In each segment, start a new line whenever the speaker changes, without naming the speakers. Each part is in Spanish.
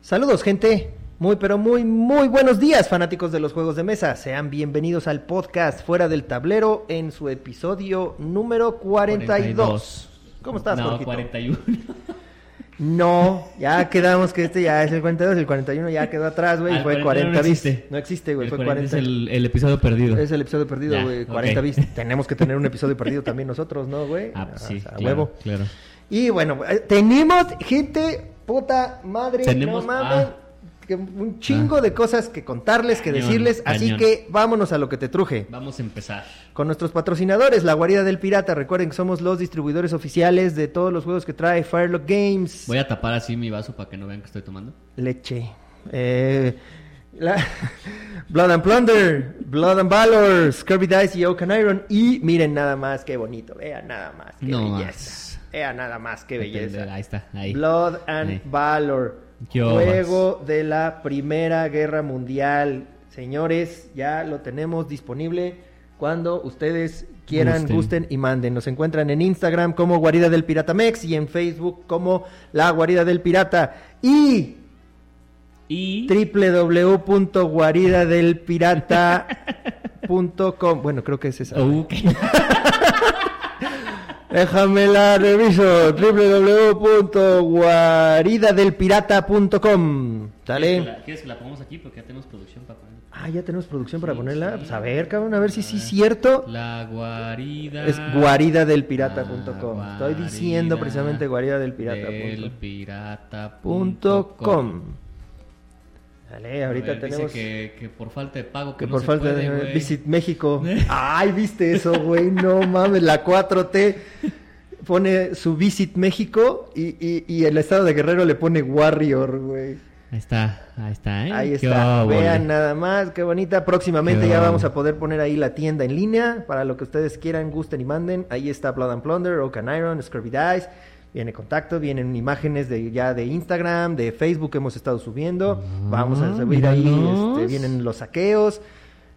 Saludos, gente. Muy, pero muy, muy buenos días, fanáticos de los juegos de mesa. Sean bienvenidos al podcast Fuera del Tablero en su episodio número 42.
42.
¿Cómo estás,
No,
Jorgito?
41.
No, ya quedamos que este ya es el 42, el 41 ya quedó atrás, güey.
Ah,
Fue
el
40
41 no
bis.
existe.
No existe, güey.
El
Fue
40 es
40.
el, el episodio perdido.
Es el episodio perdido,
Ya,
güey.
ok.
40 bis. Tenemos que tener un episodio perdido también nosotros, ¿no, güey?
Ah, pues sí,
a
claro,
huevo.
claro.
Y bueno, eh, tenemos gente, puta madre,
Tenemos-
no mames,
ah.
que un chingo de cosas que contarles, que
Cañón,
decirles, así
cañón.
que vámonos a lo que te truje.
Vamos a empezar.
Con nuestros patrocinadores, La Guarida del Pirata, recuerden que somos los distribuidores oficiales de todos los juegos que trae Firelock Games.
Voy a tapar así mi vaso para que no vean que estoy tomando.
Leche. Eh, la- Blood and Plunder, Blood and Valor, Scurvy Dice y Oak and Iron. Y miren nada más, qué bonito. Vean nada más, qué
No
belleza.
más.
Vean nada más, qué belleza.
Ahí está, ahí.
Blood and
Ahí.
Valor.
¿Qué
Juego de la Primera Guerra Mundial. Señores, ya lo tenemos disponible cuando ustedes quieran, gusten.
Gusten.
y manden. Nos encuentran en Instagram como Guarida del Pirata Mex y en Facebook como La Guarida del Pirata. Y
Y
www.guaridadelpirata.com. Bueno, creo que es esa.
Oh, Ok.
Déjame la reviso. www.guaridadelpirata.com.
¿Quieres que
¿Sale?
la- ¿Quieres que la pongamos aquí? Porque ya tenemos producción para poner.
Ah, ya tenemos producción para
Sí,
ponerla.
sí.
Pues a ver, cabrón, a ver si sí es
ver.
cierto.
La guarida.
Es guaridadelpirata.com.
Ah,
Estoy diciendo
guarida
precisamente
del
guaridadelpirata.com.
pirata
Punto
punto
com.
com.
Sale, ahorita
A ver, dice
tenemos.
que, que por falta de pago.
Que
no
por
se
falta
puede,
de
güey.
Visit México. Ay, viste eso, güey. No mames, la 4T pone su Visit México y, y- y el estado de Guerrero le pone Warrior, güey.
Ahí está, ahí está, ¿eh?
Ahí
Qué
está.
óvole.
Vean nada más, qué bonita. Próximamente
Qué
ya
bueno.
vamos a poder poner ahí la tienda en línea para lo que ustedes quieran, gusten y manden. Ahí está Blood and Plunder, Oak and Iron, Scurvy Dice. Viene contacto, vienen imágenes de ya de Instagram, de Facebook que hemos estado subiendo. vamos a
Ah,
subir ahí,
míralos.
este, vienen los saqueos.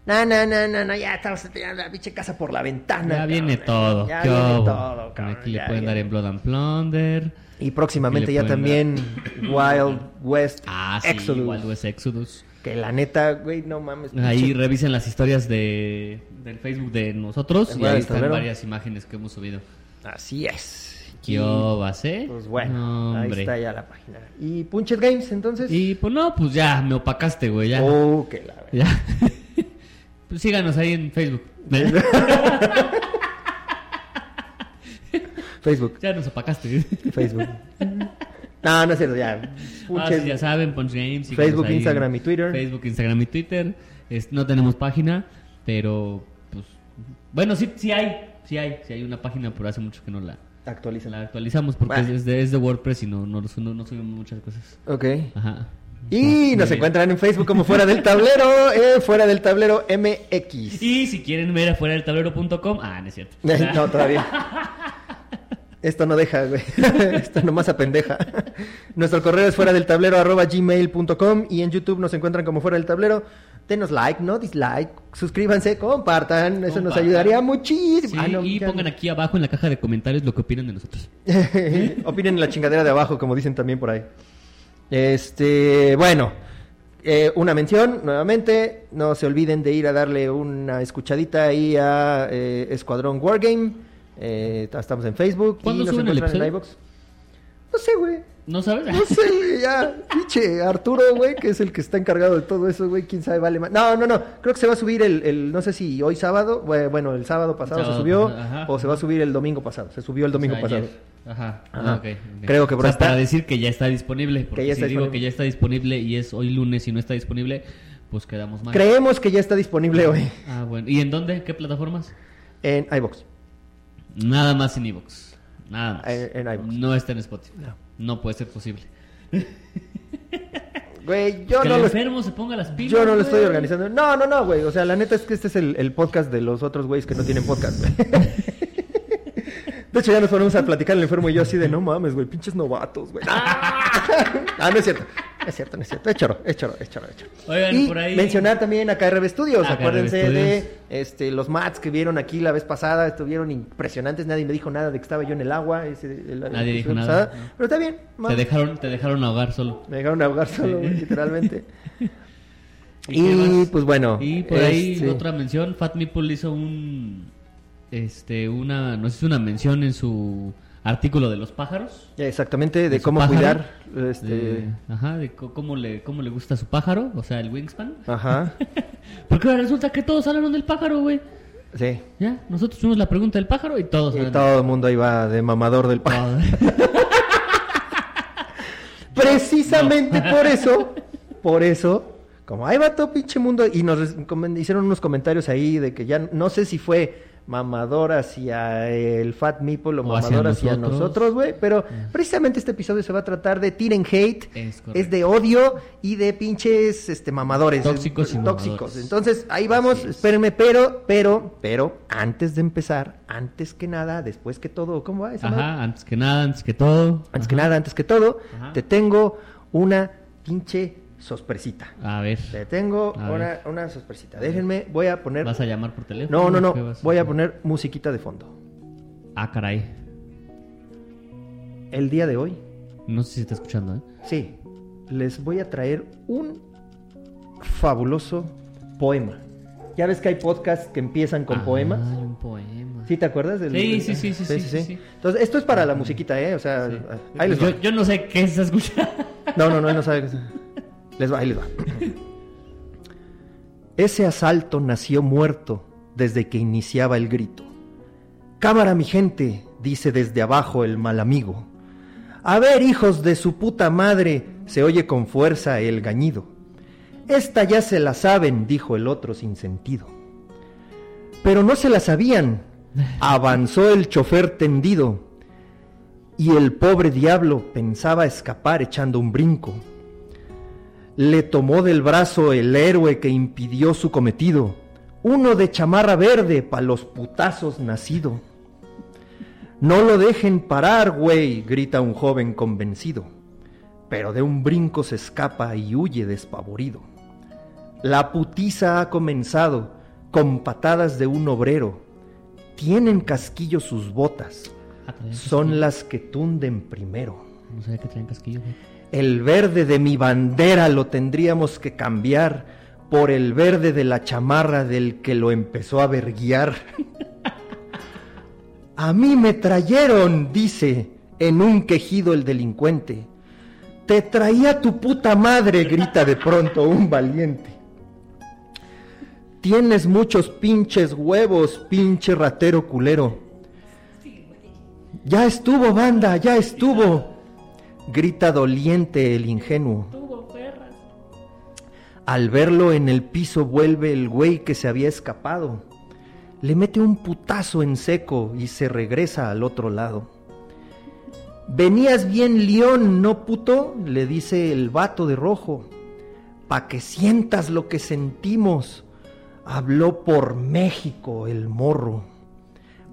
No, no, no, no, no, ya estamos tirando la pinche casa por la ventana.
Ya viene
cabrón.
todo.
Ya
qué
viene
óvole.
todo, cabrón,
Aquí le
ya
pueden dar
viene.
en Blood and Plunder.
Y próximamente
Aquí
ya
le pueden
también Wild West
Ah, sí,
Exodus.
igual es Exodus.
Que la neta, güey, no mames.
Ahí
pinche-
revisen las historias de, del Facebook de nosotros.
En
Y ahí
Guardia
están
Tablero.
varias imágenes que hemos subido.
Así es.
¿Qué
Y,
obas, eh?
Pues bueno,
No,
ahí
hombre.
está ya la página. ¿Y Punchet Games entonces?
Y pues no, pues ya, me opacaste, güey. Ya.
Oh, que la verdad.
Ya. Pues síganos ahí en Facebook.
Facebook,
ya nos opacaste.
Facebook. no, no es cierto, ya.
Ah,
Punchet-
sí, ya saben, Punch Games. síganos
Facebook,
ahí en
Instagram y Twitter.
Facebook, Instagram y Twitter. Es- no tenemos página, pero pues. Bueno, sí, sí hay. Sí hay. Sí hay una página, pero hace mucho que no la,
Actualiza.
la actualizamos porque
Bueno.
es, de, es de WordPress y no, no, no- no subimos muchas cosas.
Ok.
Ajá.
Y nos
Ah, muy bien.
encuentran en Facebook como Fuera del Tablero, eh, Fuera del Tablero MX.
Y si quieren ver afuera del tablero.com. Ah, no es cierto.
no, todavía. Esto no deja, güey. Esto nomás apendeja. Nuestro correo es fuera del tablero arroba gmail.com y en YouTube nos encuentran como fuera del tablero. Denos like, no dislike, suscríbanse, compartan, eso nos
Compartan.
ayudaría muchísimo.
Sí,
Ah, no,
y
ya
pongan
no.
aquí abajo en la caja de comentarios lo que opinan de nosotros.
Opinen en la chingadera de abajo, como dicen también por ahí. Este, bueno, eh, una mención nuevamente. No se olviden de ir a darle una escuchadita ahí a eh, Escuadrón Wargame. Eh, estamos en Facebook
¿Cuándo
y nos
suben el
encuentran en
episodio?
iVoox. No sé, güey.
¿No sabes?
No sé, güey, ya. Pinche Arturo, güey, que es el que está encargado de todo eso, güey. Quién sabe, vale más. No, no, no. Creo que se va a subir el, el- no sé si hoy sábado. güey, Bueno, el sábado pasado se
Sábado,
subió.
ajá.
O se va a subir el domingo pasado. Se subió el domingo
O sea,
pasado.
ayer. Ajá.
Ajá.
Ah, ok, ok.
Creo que por
O sea,
ahí está.
para decir que ya está disponible, porque
Que ya
si
está
digo
disponible.
que ya está disponible y es hoy lunes y no está disponible, pues quedamos mal.
Creemos que ya está disponible hoy
Ah, bueno. ¿Y en dónde? ¿Qué plataformas?
en iBox.
Nada más en Evox. Nada más.
Eh, En- en iVoox.
No está en Spotify.
No.
No, puede ser posible.
Güey, yo
que
no
el
lo
enfermo se ponga las pilas.
yo no lo estoy
güey.
organizando. No, no, no, güey. O sea, la neta es que este es el, el podcast de los otros güeyes que no tienen podcast, güey. De hecho, ya nos ponemos a platicar el enfermo y yo así de no mames, güey, pinches novatos, güey. Ah, no es cierto. es cierto, no es cierto. Es choro, es choro, es choro, es choro.
Oigan,
y
por ahí-
mencionar también a KRB Studios.
A KRB
Acuérdense
Studios.
de este, los mats que vieron aquí la vez pasada. Estuvieron impresionantes. Nadie me dijo nada de que estaba yo en el agua. ese- el- la-
Nadie
la
dijo
vez
nada,
pasada.
¿no?
Pero está bien.
Te
mats.
dejaron, te dejaron ahogar solo.
Me dejaron ahogar solo,
Sí.
güey, literalmente.
¿Y qué
y
más?
pues bueno.
Y por ahí
este,
otra mención, Fat Meeple hizo un este una no sé, si una mención en su artículo de los pájaros.
ya, Exactamente, de
su
cómo
pájaro.
cuidar. Este,
De- ajá, de co- cómo le cómo le gusta su pájaro, o sea, el wingspan.
Ajá.
Porque ahora resulta que todos hablaron del pájaro, güey.
Sí.
Ya, nosotros tuvimos la pregunta del pájaro y todos
Y
hablaron
todo el mundo iba de mamador del pájaro. Precisamente por eso, por eso, como ahí va todo pinche mundo y nos res- comen- hicieron unos comentarios ahí de que ya no sé si fue mamador hacia el Fat Meeple o,
O hacia
mamador hacia
nosotros. Ah.
nosotros, güey, pero precisamente este episodio se va a tratar de tiren hate,
Es correcto.
es de odio y de pinches este mamadores,
Tóxicos y
eh, tóxicos.
mamadores.
Entonces, ahí vamos,
Así es.
espérenme, pero pero pero antes de empezar, antes que nada, después que todo, ¿cómo va esa madre?
Ajá, antes que nada, antes que todo.
Antes que nada, antes que todo,
Ajá.
te tengo una pinche sorpresita.
A ver.
Te tengo
A
una,
ver.
una sorpresita. Déjenme, voy a poner.
¿Vas a llamar por teléfono?
No, no,
¿Qué
no.
vas
Voy a
hacer?
poner musiquita de fondo.
Ah, caray.
El día de hoy,
No sé si está escuchando, ¿eh?
sí, les voy a traer un fabuloso poema. Ya ves que hay podcasts que empiezan con
Ah,
poemas.
Hay un poema.
¿Sí te acuerdas? del-
Sí,
del-
sí, sí, sí, sí, sí, sí.
Entonces, esto es para la musiquita, ¿eh? O sea,
Sí.
ahí les va.
yo, yo no sé qué se escucha.
No, no, no, él no sabe. Les va, ahí les va. Ese asalto nació muerto desde que iniciaba el grito. Cámara, mi gente, dice desde abajo el mal amigo. A ver, hijos de su puta madre, se oye con fuerza el gañido. Esta ya se la saben, dijo el otro sin sentido. Pero no se la sabían. Avanzó el chofer tendido y el pobre diablo pensaba escapar echando un brinco. Le tomó del brazo el héroe que impidió su cometido, uno de chamarra verde pa' los putazos nacido. No lo dejen parar, güey, grita un joven convencido, pero de un brinco se escapa y huye despavorido. La putiza ha comenzado con patadas de un obrero. Tienen casquillo sus botas,
Ah, traían
son las que tunden primero.
casquillo. No sabía que traían casquillo. güey.
El verde de mi bandera lo tendríamos que cambiar por el verde de la chamarra del que lo empezó a verguiar. a mí me trayeron, dice en un quejido el delincuente. Te traía tu puta madre, grita de pronto un valiente. Tienes muchos pinches huevos, pinche ratero culero. Ya estuvo, banda, ya estuvo. Grita doliente el ingenuo. Al verlo en el piso vuelve el güey que se había escapado. Le mete un putazo en seco y se regresa al otro lado. Venías bien león, ¿no puto? le dice el vato de rojo. Pa' que sientas lo que sentimos. Habló por México el morro.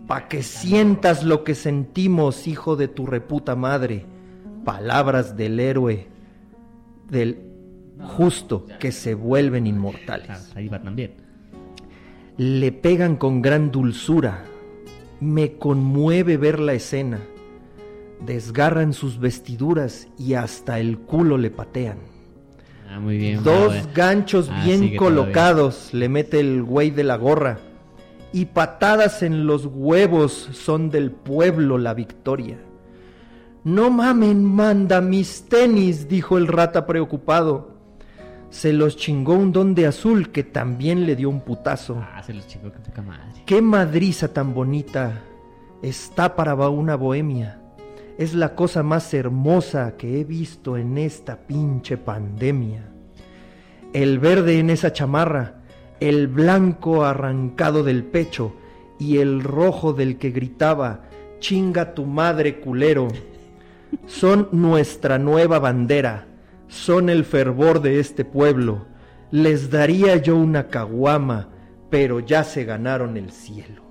Pa' que sientas lo que sentimos, hijo de tu reputa madre. Palabras del héroe, del justo, que se vuelven
Ah,
inmortales.
ahí va también.
Le pegan con gran dulzura. Me conmueve ver la escena. Desgarran sus vestiduras y hasta el culo le patean.
Ah, muy bien.
Dos
bravo, eh.
ganchos
Ah,
bien
sigue todavía.
colocados le mete el güey de la gorra. Y patadas en los huevos son del pueblo la victoria. No mamen, manda mis tenis, dijo el rata preocupado. Se los chingó un don de azul que también le dio un putazo.
Ah, se los chingó, qué poca madre.
Qué madriza tan bonita está para ba- una bohemia. Es la cosa más hermosa que he visto en esta pinche pandemia. El verde en esa chamarra, el blanco arrancado del pecho y el rojo del que gritaba, chinga tu madre culero. Son nuestra nueva bandera, son el fervor de este pueblo. Les daría yo una caguama, pero ya se ganaron el cielo.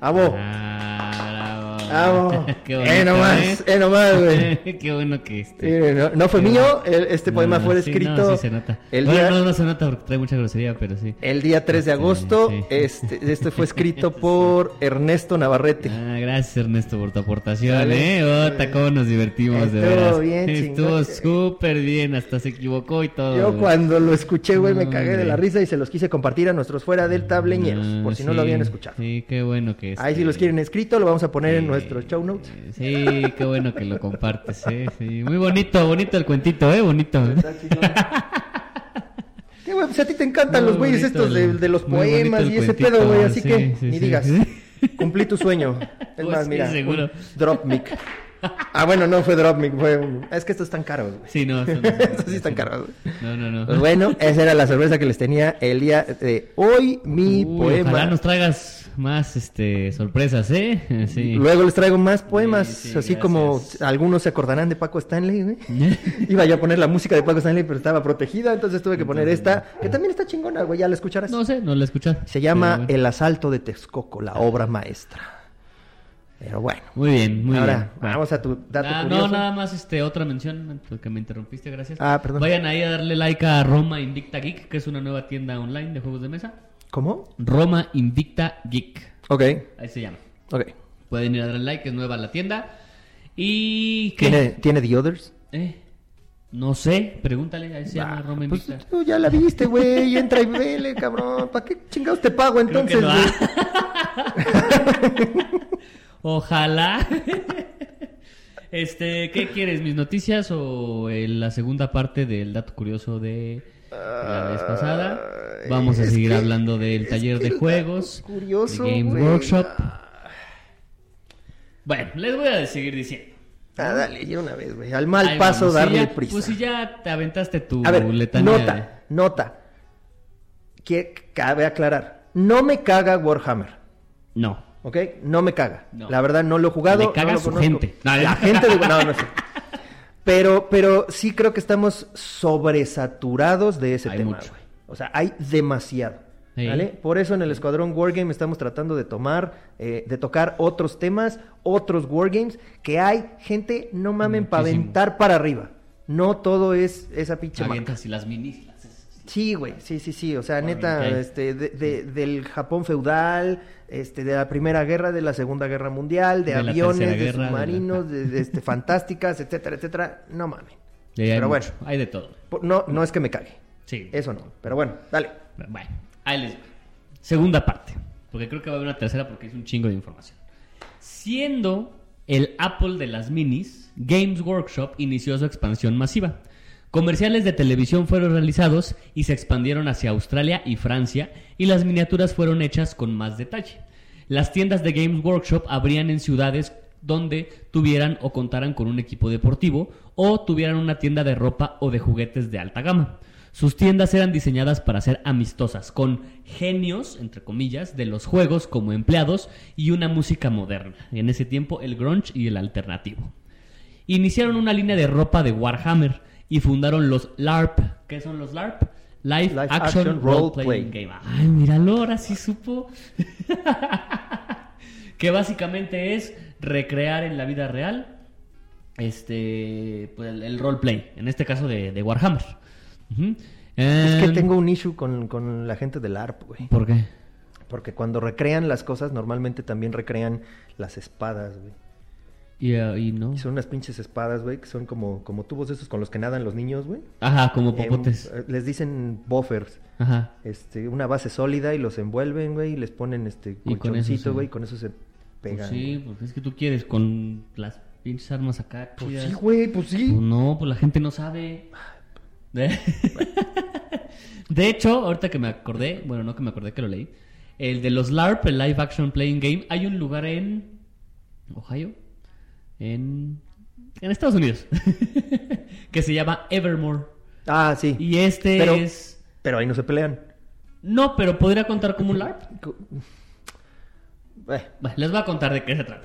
¡Abo!
Ah, bravo.
Vamos.
Qué
eh
bonito,
nomás,
¿eh?
eh nomás, güey.
Qué bueno que este.
Eh, no, no fue
Qué
mío,
bueno.
el- este
No,
poema
no,
fue
sí,
escrito
no, sí se nota.
el
Bueno,
día-
no, no se nota porque trae mucha grosería, pero sí.
el día 3 de
Sí,
agosto.
sí.
Este, este fue escrito por Ernesto Navarrete.
Ah, gracias Ernesto por tu aportación,
Este. Dale.
¿eh? Ota, cómo nos divertimos, de
Estuvo
veras.
bien,
Estuvo
chingón.
súper bien, hasta se equivocó y todo.
Yo
Ah, güey.
cuando lo escuché, güey, me cagué de la
Hombre.
risa y se los quise compartir a nuestros fuera del tableñeros,
Ah,
por si no lo
sí,
habían escuchado.
Sí, qué bueno que es.
Ahí si los quieren escrito, lo vamos a poner en nuestros show notes.
Sí, qué bueno que lo compartes, ¿eh? Sí, muy bonito, bonito el cuentito, ¿eh? Bonito.
Qué güey, pues a ti te encantan
Muy
los güeyes
bonito
estos de,
el-
de los
muy bonito
poemas
el
y ese
cuentito,
pedo, güey, así
sí,
que
sí,
ni
sí,
digas.
sí.
Cumplí tu sueño. Es
Pues
más,
sí,
mira,
seguro.
un drop mic. Ah, bueno, no fue drop mic, fue un- Es que estos están caros, güey.
Ah, Sí, no. eso no,
Estos sí están
eso no.
caros, güey.
No, no,
Pues
no.
bueno, esa era la cerveza que les tenía el día de hoy, mi
Uy,
poema.
Ojalá nos traigas más este, sorpresas, ¿eh? Sí.
Luego les traigo más poemas,
Sí, sí,
así como
gracias.
algunos se acordarán de Paco Stanley. güey. Iba yo a poner la música de Paco Stanley, pero estaba protegida, entonces tuve que poner esta, que también está chingona, güey, ya la escucharás.
No sé, no la escuchas.
Se llama El asalto de Texcoco,
Ah.
la obra maestra. Pero bueno,
Muy bien, muy
ahora
bien. Va.
vamos a tu dato
Ah,
curioso.
No, nada más este, otra mención, porque me interrumpiste, gracias.
Ah, perdón.
Vayan ahí a darle like a Roma Invicta Geek, que es una nueva tienda online de juegos de mesa.
¿Cómo?
Roma Invicta Geek,
Ok,
ahí se llama.
ok.
Pueden ir a darle like, es nueva la tienda. ¿Y qué?
¿Tiene, ¿tiene The Others?
Eh, no sé, pregúntale, ahí se llama
Bah,
Roma
pues
Invicta.
tú ya la viste, güey, entra y vele, cabrón. ¿Para qué chingados te pago
Creo que
entonces,
no
güey?
ha- Ojalá. Este, ¿qué quieres? ¿Mis noticias o eh, la segunda parte del dato curioso de la vez pasada?
Ay,
Vamos a
es
seguir
que-
hablando del
es
taller
que
de
el
juegos,
dato curioso,
de Games
güey.
Workshop. Bueno, les voy a seguir diciendo.
Ah, dale, ya una vez, güey. Al mal
Ahí
paso,
vamos. Si
darle
ya-
prisa.
Pues si ya te aventaste tu
A ver,
letanía. de-
nota, nota. Que cabe aclarar. No me caga Warhammer,
No.
¿ok? No me caga.
No.
La verdad, no lo he jugado.
Le caga
no lo
su
conozco.
gente. No,
La
ya.
gente de... No, no sé. Pero, pero sí creo que estamos sobresaturados de ese
Hay
tema,
mucho.
güey. O sea, hay demasiado.
Sí.
¿vale? Por eso en el Escuadrón Wargame estamos tratando de tomar, eh, de tocar otros temas, otros Wargames, que hay gente, no mamen, para
Muchísimo.
aventar para arriba. No todo es esa pinche maca.
Avientas y las minis. las haces.
Sí, güey, sí, sí, sí. O sea,
Órale,
neta,
ok.
este, de- de- del Japón feudal, este, de la Primera Guerra, de la Segunda Guerra Mundial, de,
De la
aviones,
Tercera
de
Guerra, de la-
submarinos, de, de, este, fantásticas, etcétera, etcétera. No mames.
Sí, hay
Pero
mucho,
bueno,
Hay de todo.
po- no, no es que me cague.
Sí.
Eso no. Pero bueno, dale.
Bueno, ahí les va. Segunda parte. Porque creo que va a haber una tercera porque es un chingo de información. Siendo el Apple de las minis, Games Workshop inició su expansión masiva. Comerciales de televisión fueron realizados y se expandieron hacia Australia y Francia y las miniaturas fueron hechas con más detalle. Las tiendas de Games Workshop abrían en ciudades donde tuvieran o contaran con un equipo deportivo o tuvieran una tienda de ropa o de juguetes de alta gama. Sus tiendas eran diseñadas para ser amistosas, con genios, entre comillas, de los juegos como empleados y una música moderna. En ese tiempo el grunge y el alternativo. Iniciaron una línea de ropa de Warhammer y fundaron los LARP. ¿Qué son los LARP? Live,
Live
Action,
Action
Role
Role
Playing
Play.
Game. Ay, míralo, ahora sí supo. que básicamente es recrear en la vida real este pues, el, el roleplay, en este caso de, de Warhammer. Ujú.
Es que
Em,
tengo un issue con, con la gente del ARP, güey.
¿Por qué?
Porque cuando recrean las cosas, normalmente también recrean las espadas, güey.
Y, eh, y no.
Y son unas pinches espadas, güey, que son como, como tubos esos con los que nadan los niños, güey.
Ajá, como
Em,
popotes.
eh, les dicen buffers.
Ajá.
este, una base sólida y los envuelven, güey, y les ponen este
Y con eso se-
colchoncito, güey, y con eso se pegan.
Pues sí, porque es que tú quieres con las pinches armas acá.
Pues
chidas.
sí, güey, pues sí.
Pues no, pues la gente no sabe. De... De hecho, ahorita que me acordé, bueno, no que me acordé que lo leí, el de los LARP, el Live Action Playing Game, hay un lugar en Ohio, en, en Estados Unidos, que se llama Evermore.
Ah, sí.
Y este
Pero-
es...
Pero ahí no se pelean.
No, pero podría contar como un LARP.
Co- Eh,
Bueno, les voy a contar de qué se trata.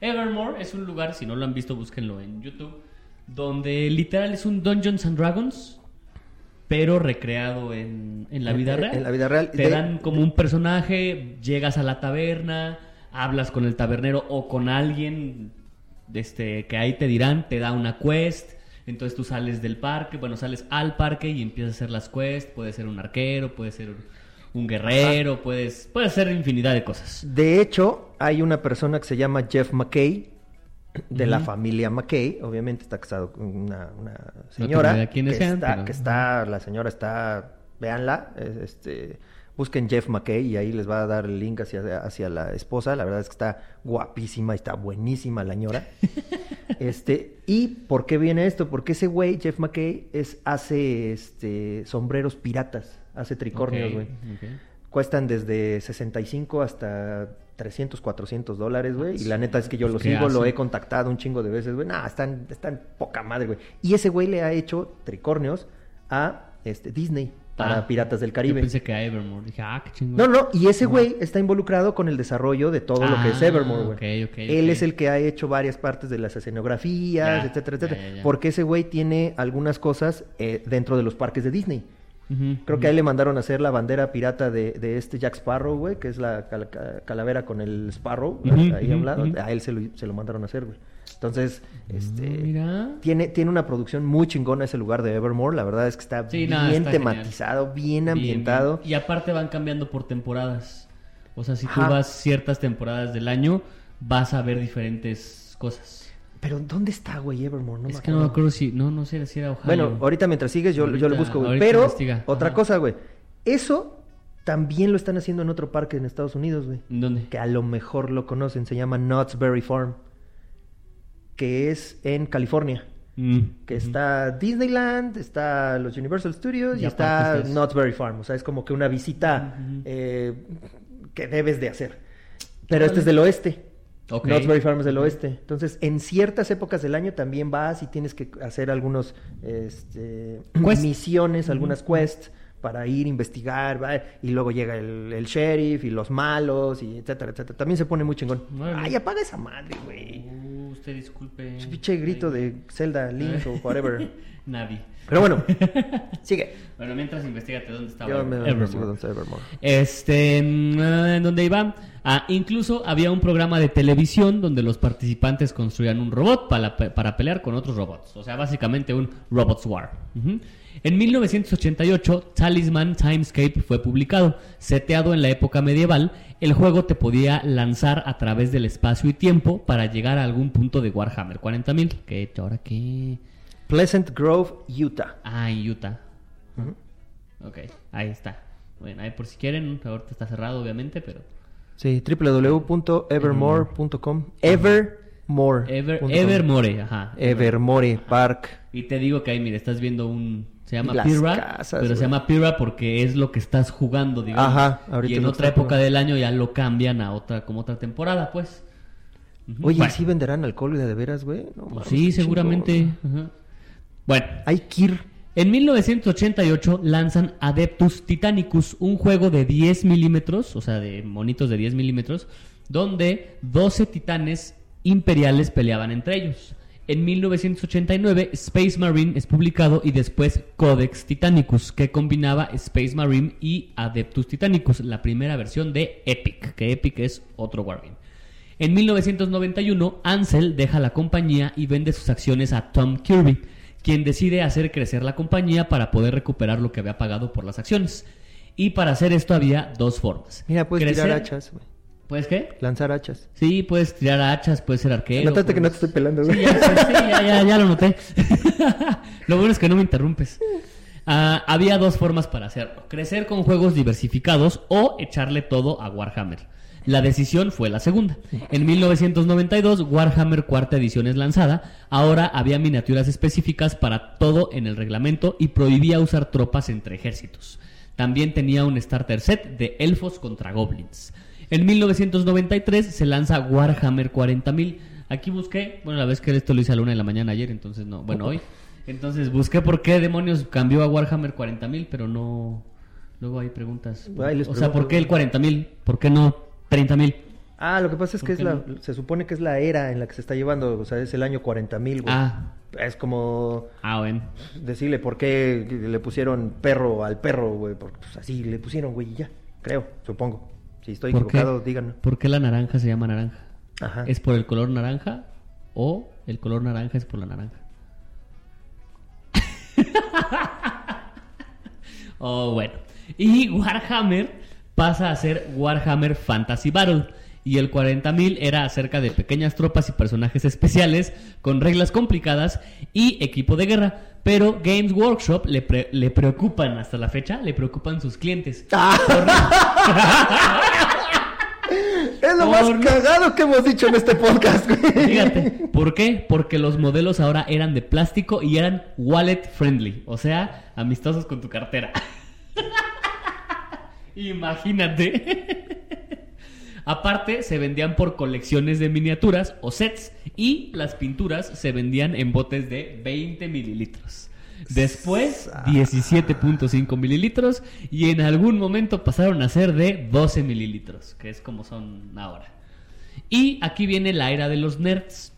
Evermore es un lugar, si no lo han visto, búsquenlo en YouTube, donde literal es un Dungeons and Dragons, pero recreado en, en la vida
En-
real.
en la vida real.
Te
De-
dan como un personaje, llegas a la taberna, hablas con el tabernero o con alguien este, que ahí te dirán, te da una quest. Entonces tú sales del parque, bueno, sales al parque y empiezas a hacer las quests. Puede ser un arquero, puede ser un guerrero, puedes, puedes hacer infinidad de cosas.
De hecho, hay una persona que se llama Jeff McKay, de la familia McKay, obviamente está casado con una, una señora.
idea quiénes
que,
sean,
está,
pero-
que está- la señora está, véanla, es- este, busquen Jeff McKay y ahí les va a dar el link hacia, hacia la esposa. La verdad es que está guapísima y está buenísima la señora. este, ¿y por qué viene esto? Porque ese güey, Jeff McKay, es, hace este, sombreros piratas, hace tricornios,
Ok,
güey
ok.
cuestan desde 65 hasta 300, 400 dólares, güey. Y la
Sí,
neta es que yo
pues,
lo
¿qué
sigo, lo
hace?
he contactado un chingo de veces, güey. Nah, están, están poca madre, güey. Y ese güey le ha hecho tricornios a este, Disney para
Ah,
Piratas del
Yo
Caribe.
pensé que a Evermore. Dije, ah, qué chingón.
No, no, y ese güey está involucrado con el desarrollo de todo lo que es
Ah,
Evermore, güey.
ok, ok,
Él
ok.
es el que ha hecho varias partes de las escenografías,
Ya,
etcétera,
ya,
etcétera.
ya, ya.
Porque ese güey tiene algunas cosas eh, dentro de los parques de Disney.
Ujú,
Creo que
ujú.
ahí le mandaron a hacer la bandera pirata de, de este Jack Sparrow, güey, que es la cal- ca- calavera con el Sparrow,
Ujú,
ahí a un
ujú,
lado.
ujú.
A él se lo, se lo mandaron a hacer, güey. Entonces, este.
Ah, mira.
Tiene, tiene una producción muy chingona ese lugar de Evermore. La verdad es que está
Sí,
bien
no, está
tematizado, bien
Bien,
ambientado.
bien. Y aparte van cambiando por temporadas. O sea, si tú
Ajá.
vas ciertas temporadas del año, vas a ver diferentes cosas.
Pero ¿dónde está, güey, Evermore? No
es
me
que no me
acuerdo.
acuerdo si. No, no sé si era Ohio.
Bueno, ahorita mientras sigues, yo, yo lo
Ahorita-
busco, güey.
ahorita
Pero,
investiga.
otra
Ajá.
cosa, güey. Eso también lo están haciendo en otro parque en Estados Unidos, güey.
¿En dónde?
que a lo mejor lo conocen, se llama Knott's Farm, que es en California.
Mm.
Que está Disneyland, está los Universal Studios y,
Y
está
aparte estás-
Knott's Berry Farm. O sea, es como que una visita
Ujú.
eh, que debes de hacer. Pero este es del oeste.
Ok.
Knott's Berry Farm es del oeste. Entonces, en ciertas épocas del año también vas y tienes que hacer algunos este,
Quest.
misiones, algunas quests para ir a investigar. va, Y luego llega el, el sheriff y los malos y etcétera, etcétera. También se pone muy chingón.
Órale.
Ay, apaga esa madre, güey.
Uh, usted disculpe.
Ese pinche grito de Zelda, Link o whatever.
Navi.
Pero bueno, sigue.
Bueno, mientras investigate dónde estaba.
Yo me
Evermore.
Evermore. Evermore.
Este, mm, ah, ¿en dónde iba? Ah, incluso había un programa de televisión donde los participantes construían un robot para, para pelear con otros robots. O sea, básicamente un Robots War. Ujú. En 1988, Talisman Timescape fue publicado. Seteado en la época medieval, el juego te podía lanzar a través del espacio y tiempo para llegar a algún punto de Warhammer 40.000. ¿Qué? ¿Ahora qué?
Pleasant Grove, Utah.
Ah, en Utah.
Ujú.
Ok, ahí está. Bueno, ahí por si quieren, ahorita está cerrado obviamente, pero...
Sí, www.evermore.com. Evermore.
Ever,
punto com.
Evermore, ajá.
Evermore Park.
Y te digo que ahí, mira, estás viendo un... Se llama
Las
Pira,
casas,
pero se
güey.
llama Pira porque es lo que estás jugando, digamos.
Ajá, ahorita
y en
lo
otra
está
época del año ya lo cambian a otra, como otra temporada, pues. Ujú.
Oye,
Bueno,
¿sí venderán alcohol de veras, güey? No
pues
mames,
sí,
qué
seguramente.
chingón.
ajá. Bueno,
Hay Kir.
en 1988 lanzan Adeptus Titanicus, un juego de 10 milímetros, o sea, de monitos de 10 milímetros, donde 12 titanes imperiales peleaban entre ellos. En 1989, Space Marine es publicado y después Codex Titanicus, que combinaba Space Marine y Adeptus Titanicus, la primera versión de Epic, que Epic es otro Wargame. En 1991, Ansel deja la compañía y vende sus acciones a Tom Kirby, quien decide hacer crecer la compañía para poder recuperar lo que había pagado por las acciones. Y para hacer esto había dos formas.
Mira, puedes
Crecer-
tirar hachas, güey.
¿Puedes qué?
Lanzar hachas.
Sí, puedes tirar hachas, puedes ser arquero.
Notaste que no te
puedes-
estoy pelando,
pues, Sí,
güey.
ya, sé, sí, ya, ya, ya lo noté. lo bueno es que no me interrumpes. Ah, había dos formas para hacerlo. Crecer con juegos diversificados o echarle todo a Warhammer. La decisión fue la segunda. En 1992, Warhammer cuarta edición es lanzada. Ahora había miniaturas específicas para todo en el reglamento y prohibía usar tropas entre ejércitos. También tenía un starter set de elfos contra goblins. En 1993 se lanza Warhammer 40.000. Aquí busqué, bueno, la vez que esto lo hice a la una de la mañana ayer, entonces no, bueno, hoy. Entonces busqué por qué demonios cambió a Warhammer 40.000, pero no. Luego hay preguntas.
Ahí les
o sea, ¿por
pregunto.
qué el 40.000? ¿Por qué no 30.000?
Ah, lo que pasa es que
¿Por
es
qué
la,
no?
se supone que es la era en la que se está llevando. O sea, es el año 40.000, güey.
Ah,
Es como
ah, bueno.
decirle por qué le pusieron perro al perro, güey. porque, pues, así le pusieron, güey, y ya. Creo, supongo. Si estoy
¿Por qué?
equivocado, díganlo.
¿Por qué la naranja se llama naranja?
Ajá.
¿Es por el color naranja o el color naranja es por la naranja? oh, bueno. Y Warhammer pasa a ser Warhammer Fantasy Battle. Y el 40.000 era acerca de pequeñas tropas y personajes especiales con reglas complicadas y equipo de guerra. Pero Games Workshop le, pre- le preocupan hasta la fecha, le preocupan sus clientes.
Ah. Es lo más
Por-
cagado que hemos dicho en este podcast, güey.
Fíjate, ¿por qué? Porque los modelos ahora eran de plástico y eran wallet friendly, o sea, amistosos con tu cartera. Imagínate. Aparte, se vendían por colecciones de miniaturas o sets y las pinturas se vendían en botes de 20 mililitros. Después, 17.5 mililitros y en algún momento pasaron a ser de 12 mililitros, que es como son ahora. Y aquí viene la era de los nerds.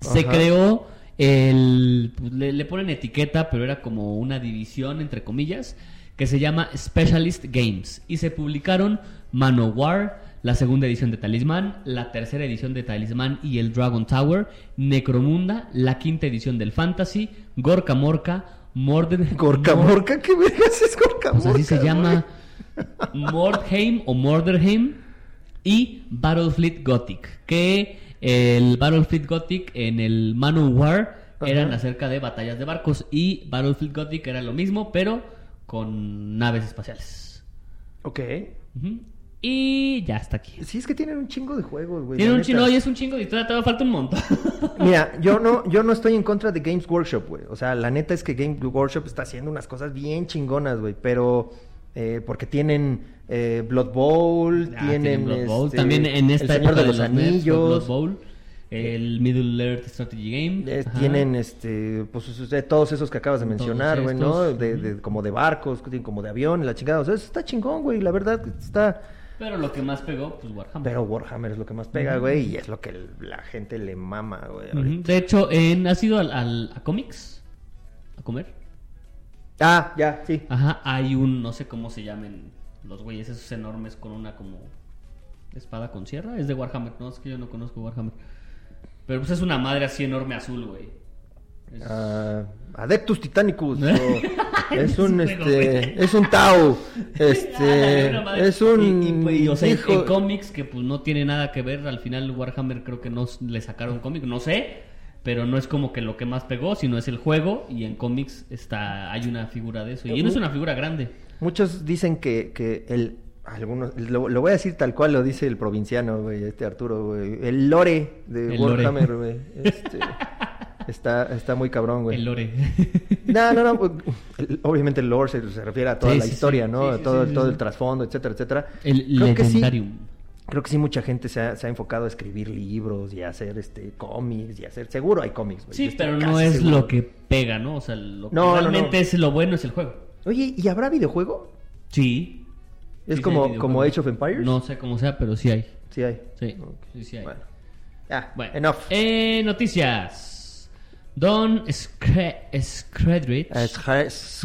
Se
Ajá.
creó el... pues, Le, le ponen etiqueta, pero era como una división, entre comillas, que se llama Specialist Games. Y se publicaron Manowar, la segunda edición de Talismán, la tercera edición de Talismán y el Dragon Tower, Necromunda, la quinta edición del Fantasy, Gorka Morka, Morden...
Gorka Morca, ¿qué vergas es Gorka
Pues así
Morca,
se llama
güey?
Mordheim o Morderheim y Battlefleet Gothic. Que el Battlefleet Gothic en el Manowar eran
Ajá.
acerca de batallas de barcos y Battlefleet Gothic era lo mismo, pero con naves espaciales.
Ok.
Ujú. Y ya está aquí.
Sí, es que tienen un chingo de juegos, güey.
Tiene
la
un
neta.
chino y es un chingo de historia, todavía falta un montón.
Mira, yo no, yo no estoy en contra de Games Workshop, güey. O sea, la neta es que Games Workshop está haciendo unas cosas bien chingonas, güey. Pero eh, porque tienen eh, Blood Bowl,
Ah,
tienen,
Blood Bowl.
este,
También en esta
El Señor
época
de los
nerds fue pues, Blood
Anillos.
Bowl, el Middle Earth Strategy Game.
Eh,
Ajá.
tienen este pues sus- sus- de todos esos que acabas de
Todos
mencionar güey no
estos,
de, de- como de barcos que tienen como de avión la chingada o sea eso está chingón güey la verdad que está
Pero lo que más pegó, pues Warhammer.
pero Warhammer es lo que más pega güey y es lo que el- la gente le mama güey
Ujú.
ahorita.
De hecho, en- ¿has ido al, al- a cómics? ¿A comer?
ah ya sí
Ajá, hay un, no sé cómo se llamen los güeyes esos enormes con una como espada con sierra. Es de Warhammer, no, es que yo no conozco Warhammer. Pero pues es una madre así enorme azul, güey. Es-
Ah, Adeptus Titanicus o- es
Es
un
un juego,
este es un Tau
Ándale,
este
una madre.
es un
Y, y, pues, y, o sea, en-
hijo-
en cómics que pues no tiene nada que ver. Al final Warhammer creo que no s- le sacaron cómic, no sé. Pero no es como que lo que más pegó, sino es el juego. Y en cómics está hay una figura de eso. Y no es una figura grande.
Muchos dicen que, que el. Algunos, lo, lo voy a decir tal cual lo dice el provinciano, güey, este Arturo, güey. El lore de
El lore.
Warhammer, güey. Este, está, está muy cabrón, güey.
El lore.
No, no, no. güey, el- Obviamente el lore se, se refiere a toda
Sí,
la
sí, sí.
historia, ¿no?
Sí, sí,
todo
sí, sí,
todo
sí.
el trasfondo, etcétera, etcétera.
El
Creo que sí.
legendarium.
Creo que sí mucha gente se ha, se ha enfocado a escribir libros y a hacer este cómics y a hacer... Seguro hay cómics, güey.
Sí,
yo estoy
Pues, pero
casi
no es
seguro.
lo que pega, ¿no? O sea, lo que
No, no, no.
realmente es lo bueno es el juego.
Oye, ¿y habrá videojuego?
Sí.
¿Es
Sí, sí hay
como,
videojuegos.
como Age of Empires?
No sé cómo sea, pero sí hay.
Sí hay.
Sí,
Ok.
sí, sí hay.
Bueno. Ah,
Bueno,
enough.
eh, noticias. Don Scre- Scredrich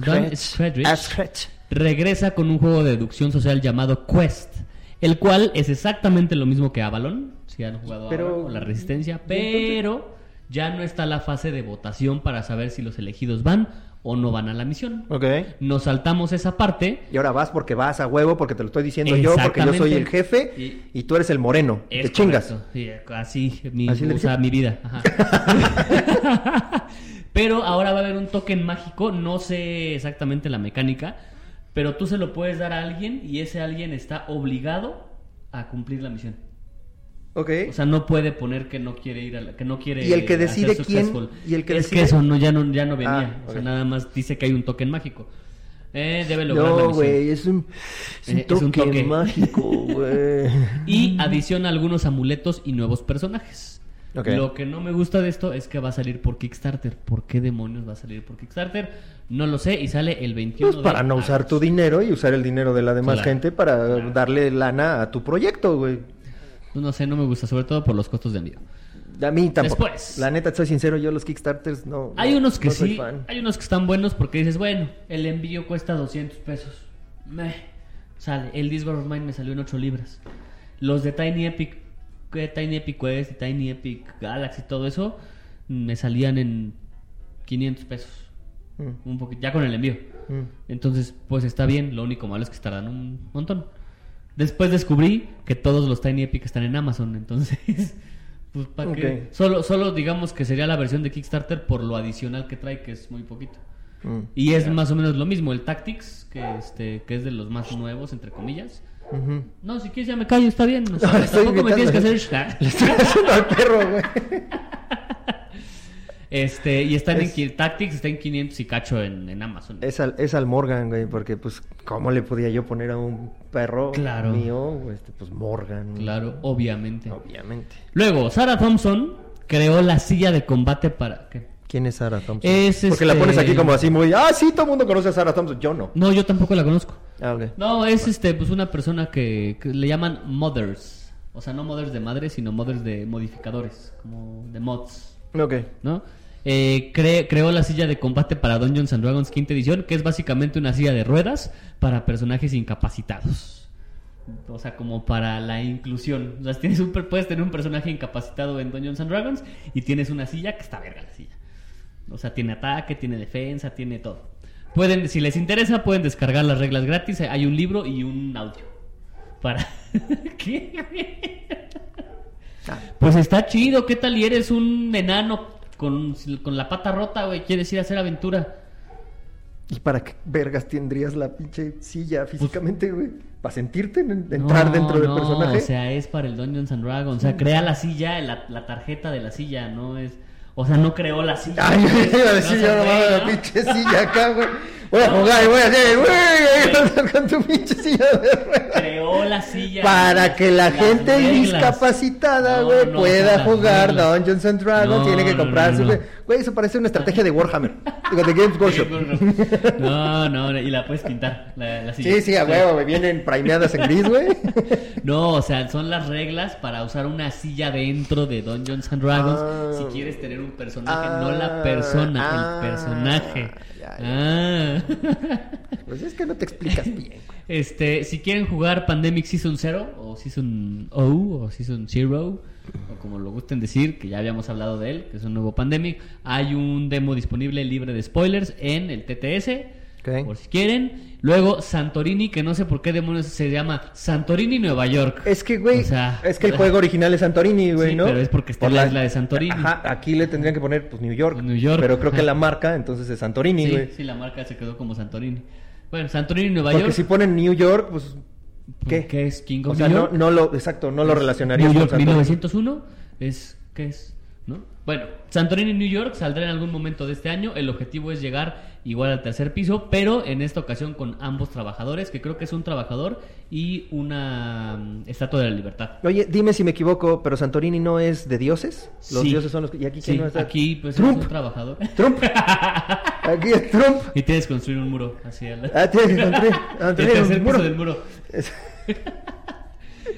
Don Scredrich. regresa con un juego de deducción social llamado Quest, el cual es exactamente lo mismo que Avalon, si han jugado
Pero-
Avalon o la Resistencia,
entonces-
pero ya no está la fase de votación para saber si los elegidos van o no van a la misión.
Ok.
Nos saltamos esa parte.
Y ahora vas porque vas a huevo, porque te lo estoy diciendo yo, porque yo soy
Exactamente.
el jefe y,
Y-
tú eres el moreno.
Es
te chingas.
correcto. Sí, así, mi,
Así le
o sea,
dije.
mi vida. ajá. pero ahora va a haber un token mágico, no sé exactamente la mecánica, pero tú se lo puedes dar a alguien y ese alguien está obligado a cumplir la misión.
Ok.
O sea, no puede poner que no quiere ir a la- que no quiere
¿Y el que
hacer
decide quién?
successful.
¿Y el que
es
decide?
que eso no ya no ya no venía,
Ah,
o sea,
ok.
nada más dice que hay un token mágico. Eh, debe lograr la
no,
misión.
güey, es un, es un
Eh, es
toque
un toque.
mágico, güey.
Y adiciona algunos amuletos y nuevos personajes.
Ok.
Lo que no me gusta de esto es que va a salir por Kickstarter. ¿Por qué demonios va a salir por Kickstarter? No lo sé y sale el 21
Pues
de
para no usar tu
agosto.
dinero y usar el dinero de la demás
Claro.
gente para
Claro.
darle lana a tu proyecto, güey.
No sé, no me gusta, sobre todo por los costos de envío.
A mí tampoco.
Después.
La neta, soy sincero, yo los Kickstarters no.
Hay
no-
unos que
no soy
sí,
fan.
hay unos que están buenos porque dices, bueno, el envío cuesta 200 pesos. Meh. Sale. El Discord of Mine me salió en 8 libras. Los de Tiny Epic, que Tiny Epic Quest, Tiny Epic Galaxy, todo eso, me salían en 500 pesos.
Mm,
Un poquito, ya con el envío.
mm.
Entonces, pues está bien. Lo único malo es que tardan un montón. Después descubrí que todos los Tiny Epic están en Amazon. Entonces, pues para
Ok.
qué. Solo, solo digamos que sería la versión de Kickstarter por lo adicional que trae, que es muy poquito.
Mm.
Y es más o menos lo mismo. El Tactics, que, este, que es de los más nuevos, entre comillas.
Ujú.
No, si quieres ya me callo, está bien. O sea,
estoy
tampoco me
gritando.
tienes que hacer...
Le estoy haciendo al perro, güey.
Este, y están
Es- Eh.
en... qui- Tactics está en 500 y cacho en, en Amazon.
Es al, es al Morgan, güey, porque pues, ¿cómo le podía yo poner a un perro
Claro.
mío? güey, Este, pues Morgan.
Claro, obviamente.
Obviamente.
Luego, Sarah Thompson creó la silla de combate para... ¿qué?
¿Quién es Sarah Thompson?
Es,
Porque
este-
la pones aquí como así muy. Ah, sí, todo el mundo conoce a Sarah Thompson. Yo no.
No, yo tampoco la conozco.
Ah, ok.
No, es este, pues una persona que, que le llaman mothers. O sea, no mothers de madres, sino mothers de modificadores, como de mods.
Ok.
¿no? Eh, cre- creó la silla de combate para Dungeons and Dragons quinta edición, que es básicamente una silla de ruedas para personajes incapacitados. O sea, como para la inclusión. O sea, tienes un per- puedes tener un personaje incapacitado en Dungeons and Dragons y tienes una silla que está verga la silla. O sea, tiene ataque, tiene defensa, tiene todo. Pueden, si les interesa, pueden descargar las reglas gratis. Hay un libro y un audio. Para. ¿Qué? Pues está chido, ¿qué tal? Y eres un enano con, con la pata rota, güey, quieres ir a hacer aventura.
¿Y para qué vergas tendrías la pinche silla físicamente, güey? ¿Para sentirte en- entrar
Pues No,
dentro del
no,
personaje?
O sea, es para el Dungeons and Dragons. O sea, crea la silla, la, la tarjeta de la silla, no es. O sea, no creó la silla.
Ay, yo iba a
No
decir
se
yo no
puede,
mames, la
¿no?
pinche silla acá, güey. Voy a jugar y voy a hacer, güey, con tu pinche silla de ruedas.
Creó la silla.
Para
las-
que la
las
gente
reglas.
discapacitada,
No,
güey,
no,
pueda
las
jugar
reglas.
Dungeons and Dragons,
No,
tiene que
no, no,
comprarse.
no.
Güey, Güey, eso parece una estrategia de Warhammer. Digo, de Games Workshop.
No, no, y la puedes pintar. La, la silla.
Sí, sí, a huevo, güey. Vienen primeadas en gris, güey.
No, o sea, son las reglas para usar una silla dentro de Dungeons and Dragons.
Ah.
si quieres tener un personaje,
Ah,
no la persona,
ah,
el personaje.
ya,
Ah.
Pues es que no te explicas bien.
Este, si quieren jugar Pandemic Season 0 o Season O o Season Zero o como lo gusten decir, que ya habíamos hablado de él, que es un nuevo Pandemic, hay un demo disponible libre de spoilers en el TTS.
Ok.
Por si quieren. Luego Santorini, que no sé por qué demonios se llama Santorini Nueva York.
Es que, güey,
O sea,
es que el juego original es Santorini, güey,
Sí,
¿no?
pero es porque está en la isla de Santorini.
Ajá, aquí le tendrían que poner, pues, New York.
New York,
Pero creo que
ajá.
la marca, entonces, es Santorini,
Sí,
güey.
sí, la marca se quedó como Santorini. Bueno, Santorini Nueva
porque
York.
si ponen New York, pues, ¿qué?
¿Qué es King
o
of
sea,
New
no,
York?
no lo, exacto, no lo relacionarías
New
con
York
Santorini.
1901 es qué es, ¿no? Bueno, Santorini New York saldrá en algún momento de este año. El objetivo es llegar igual al tercer piso, pero en esta ocasión con ambos trabajadores, que creo que es un trabajador y una mm, estatua de la libertad.
Oye, dime si me equivoco, pero Santorini no es de dioses. Los
Sí.
dioses son los que. ¿Y aquí quién
Sí,
no está?
aquí pues
Trump.
es un trabajador.
Trump. Aquí es Trump.
Y tienes que construir un muro hacia la-
Ah, tienes que construir- ah,
el
tener un
tercer
muro.
piso del muro.
Es-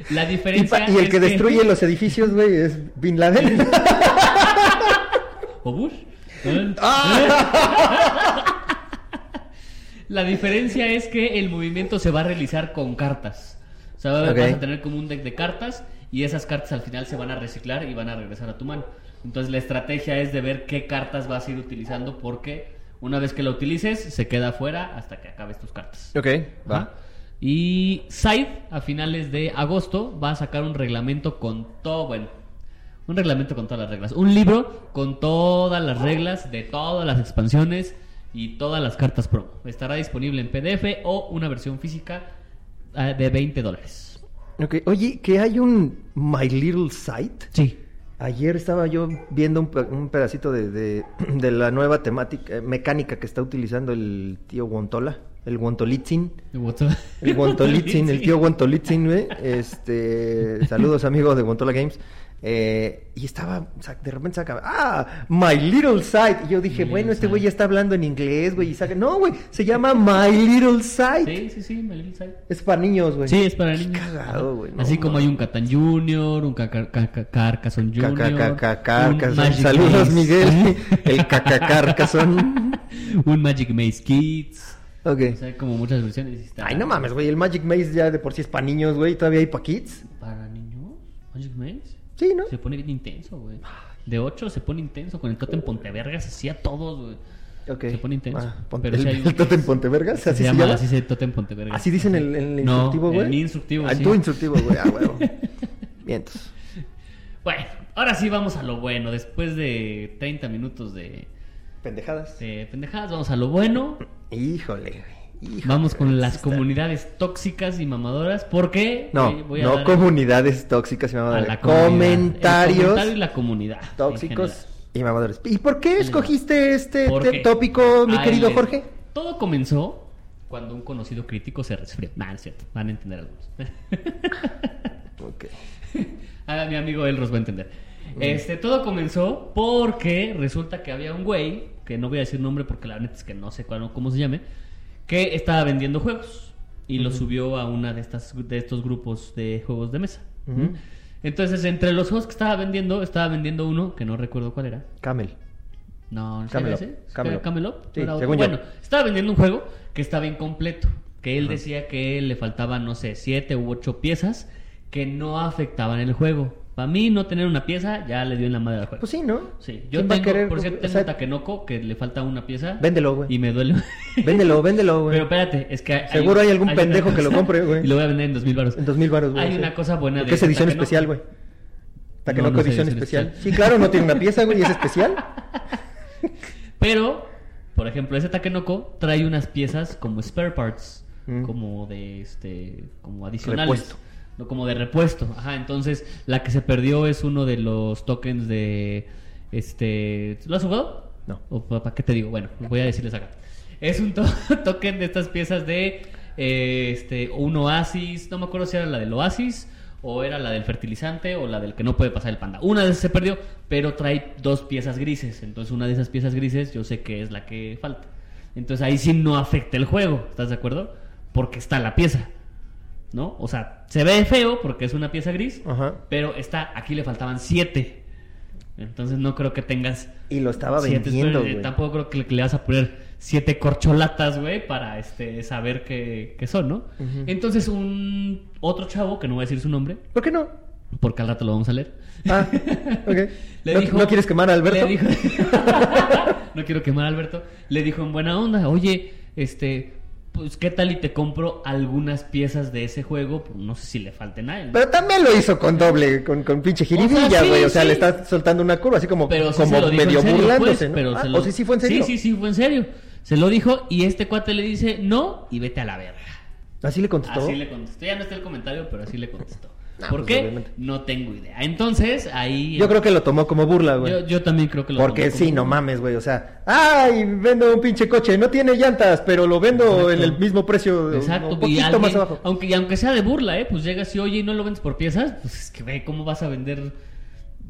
La
Y,
diferencia
pa- y el
es
que destruye los edificios, güey, es Bin Laden.
¿O Bush? ¿Eh? La diferencia es que el movimiento se va a realizar con cartas. O sea,
Ok.
vas a tener como un deck de cartas y esas cartas al final se van a reciclar y van a regresar a tu mano. Entonces la estrategia es de ver qué cartas vas a ir utilizando porque una vez que la utilices se queda afuera hasta que acabes tus cartas.
ok,
Ajá. Y Side, a finales de agosto, va a sacar un reglamento con todo, bueno, un reglamento con todas las reglas. Un libro con todas las reglas de todas las expansiones y todas las cartas promo. Estará disponible en PDF o una versión física eh, de 20 dólares.
Ok, oye, que hay un My Little Site.
Sí.
Ayer estaba yo viendo un, pe- un pedacito de, de- de la nueva temática, eh, mecánica que está utilizando el tío Guantola, el Guantolitzin. El Guantolitzin, el tío Guantolitzin, güey. Este, saludos amigos de Guantola Games. Eh, y estaba, sa- de repente sacaba, ah, My Little Side. Y yo dije,
My
bueno,
Little
este güey
Side.
ya está hablando en inglés, güey. Y saca, no, güey, se llama My Little Side.
Sí, sí, sí, Melvin Side.
Es para niños, güey.
Sí, es para
Qué
niños. Ajá.
Cagado, güey. no
Así como
mames.
hay un Catan Junior, un Caca- Caca- Carcassonne
Ca-
Junior.
ca- ca- ca- Carcassonne.
un Magic
Saludos,
Maze.
Miguel. El cacacarcasón.
un Magic Maze Kids. O
Ok.
sea, hay como muchas versiones. y está-
Ay, no mames, güey. El Magic Maze ya de por sí es para niños, güey. Todavía hay para kids.
¿Para niños? ¿Magic Maze?
Sí, ¿no?
Se pone bien intenso, güey. De 8 se pone intenso. Con el Totem Pontevergas así a todos, güey.
Ok.
Se pone intenso.
Ah, ponte-
Pero sí hay
el,
un-
el Totem Pontevergas,
Se,
así se,
llama,
llama.
así se Totem Pontevergas.
Así dicen en el, en el
No,
instructivo, güey.
en mi instructivo,
Ah, en
sí.
tu instructivo, güey. Ah, huevo. Vientos.
Bueno, ahora sí vamos a lo bueno. Después de 30 minutos de,
Pendejadas.
de pendejadas, vamos a lo bueno.
Híjole, güey. Híjole,
Vamos
güey,
con las
sí está-
comunidades tóxicas y mamadoras. ¿Por qué?
No,
Eh, voy a
no
dar
comunidades tóxicas y
a
mamadoras.
la comunidad. El
Comentarios
comentario y la comunidad. en
tóxicos
general.
y mamadores. ¿Y por qué
les va.
escogiste este
¿Por
te-
qué? Ah,
tópico, mi
Ahí
querido
les-
Jorge?
Todo comenzó cuando un conocido crítico se resfrió. Nah, no es cierto. Van a entender algunos.
Ok.
a Ah, mi amigo él los va a entender. Este, todo comenzó porque resulta que había un güey, que no voy a decir nombre porque la neta es que no sé cuál, cómo se llame, que estaba vendiendo juegos y lo subió a una de estas de estos grupos de juegos de mesa.
Ujú.
Entonces, entre los juegos que estaba vendiendo, estaba vendiendo uno que no recuerdo cuál era.
Camel.
No, ¿no
Camelot,
era ese?
Camelot.
¿Era Camelot?
Sí,
¿No era otro?
según yo.
bueno, estaba vendiendo un juego que estaba incompleto. Que él decía que le faltaban, no sé, siete u ocho piezas que no afectaban el juego. Para mí, no tener una pieza ya le dio en la madre al juego.
Pues sí, ¿no?
Sí, yo
¿Quién va a
tengo,
querer
por cierto,
comp-
tengo
o sea,
un Takenoko que le falta una pieza.
Véndelo, güey.
Y me duele.
Véndelo, véndelo, güey.
Pero espérate, es que. hay-
Seguro hay algún
una
pendejo que lo
cosa-
compre, güey.
Y lo voy a vender en dos mil baros.
En 2000 baros, güey.
Hay una cosa buena de
¿Qué es edición
Takenoko?
especial, güey? Takenoko
no es
edición
edición
especial.
especial.
Sí, claro, no tiene una pieza, güey, y es especial.
Pero, por ejemplo, ese Takenoko trae unas piezas como spare parts,
Mm.
como de este, como adicionales.
Repuesto.
No, como de repuesto. Ajá, entonces la que se perdió es uno de los tokens de este, ¿lo has jugado?
No.
¿O pa- para qué te digo? Bueno, voy a decirles acá. Es un to- token de estas piezas de eh, este un oasis, no me acuerdo si era la del oasis o era la del fertilizante o la del que no puede pasar el panda. Una de esas se perdió, pero trae dos piezas grises, entonces una de esas piezas grises yo sé que es la que falta. Entonces ahí sí no afecta el juego, ¿estás de acuerdo? Porque está la pieza. ¿No? O sea, se ve feo porque es una pieza gris,
Ajá.
pero está aquí le faltaban siete. Entonces no creo que tengas
Y lo estaba
siete,
vendiendo,
pero, eh,
güey.
Tampoco creo que le, que le vas a poner siete corcholatas, güey, para este saber qué, qué son, ¿no?
Ujú.
Entonces un otro chavo, que no voy a decir su nombre,
¿Por qué no?
porque al rato lo vamos a leer.
Ah, ok.
Le
¿No,
dijo-
no quieres quemar a Alberto?
le dijo- no quiero quemar a Alberto. Le dijo en buena onda, oye, este, pues qué tal y te compro algunas piezas de ese juego, Pues, no sé si le falten a él. ¿no?
Pero también lo hizo con doble, con, con pinche jiribilla,
O sea, sí,
güey. O sea,
sí.
le está soltando una curva, así como,
pero sí
como
se lo dijo
medio
en serio,
burlándose,
pues,
¿no?
pero
Ah,
se lo-
¿O sí, sí fue en serio?
Sí, sí, sí fue en serio. Se lo dijo y este cuate le dice, no, y vete a la verga.
¿Así le contestó?
Así le contestó. Ya no está el comentario, pero así le contestó.
Ah,
¿Por
pues,
qué?
obviamente.
No tengo idea. Entonces, ahí...
Yo creo que lo tomó como burla, güey.
yo, yo también creo que lo
Porque
tomó como-
sí, no mames, güey. O sea, ¡ay! Vendo un pinche coche. No tiene llantas, pero lo vendo
Exacto.
en el mismo precio.
Exacto,
Un
y
poquito
alguien-
más abajo.
Aunque, y aunque sea de burla, ¿eh? Pues llegas y oye y no lo vendes por piezas, pues es que ve cómo vas a vender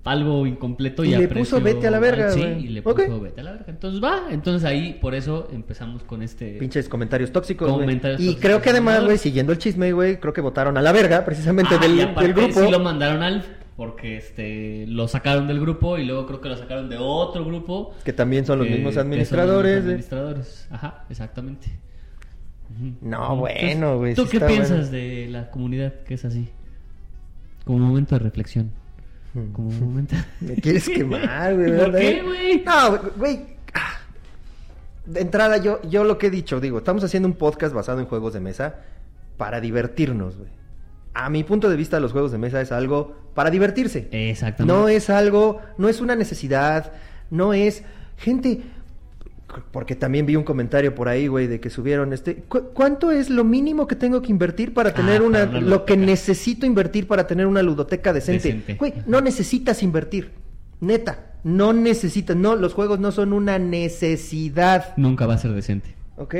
algo incompleto y,
Y
a
le puso
precio-
vete a la verga,
Sí,
güey.
y le puso
Ok.
vete a la verga. Entonces va, entonces ahí por eso empezamos con este
Pinches comentarios tóxicos, güey.
Comentarios
Y
tóxicos.
creo que además, güey, siguiendo el chisme, güey, creo que votaron a la verga, precisamente
Ah,
del,
y
del
aparte
grupo.
sí lo mandaron al porque este lo sacaron del grupo y luego creo que lo sacaron de otro grupo.
Que también son los
que- que
mismos
son
administradores.
mismos
eh.
administradores. Ajá, exactamente. Ujú.
No,
Entonces,
bueno, güey.
¿Tú
sí
qué
está
piensas
bueno.
de la comunidad que es así? Como un momento de reflexión. Como un momento.
Mm. Me quieres quemar, güey.
¿Por
¿verdad?
qué, güey?
No, güey. ah. De entrada, yo, yo lo que he dicho, digo, estamos haciendo un podcast basado en juegos de mesa para divertirnos, güey. A mi punto de vista, los juegos de mesa es algo para divertirse.
Exactamente.
No eh. es algo, no es una necesidad, no es. Gente, porque también vi un comentario por ahí, güey, de que subieron este. "¿Cu- ¿Cuánto es lo mínimo que tengo que invertir para
Ah,
tener
para
una.
una
lo que
ludoteca.
necesito invertir para tener una ludoteca decente?
Decente.
Güey, no necesitas invertir. Neta, no necesitas. No, los juegos no son una necesidad.
Nunca va a ser decente.
¿Ok?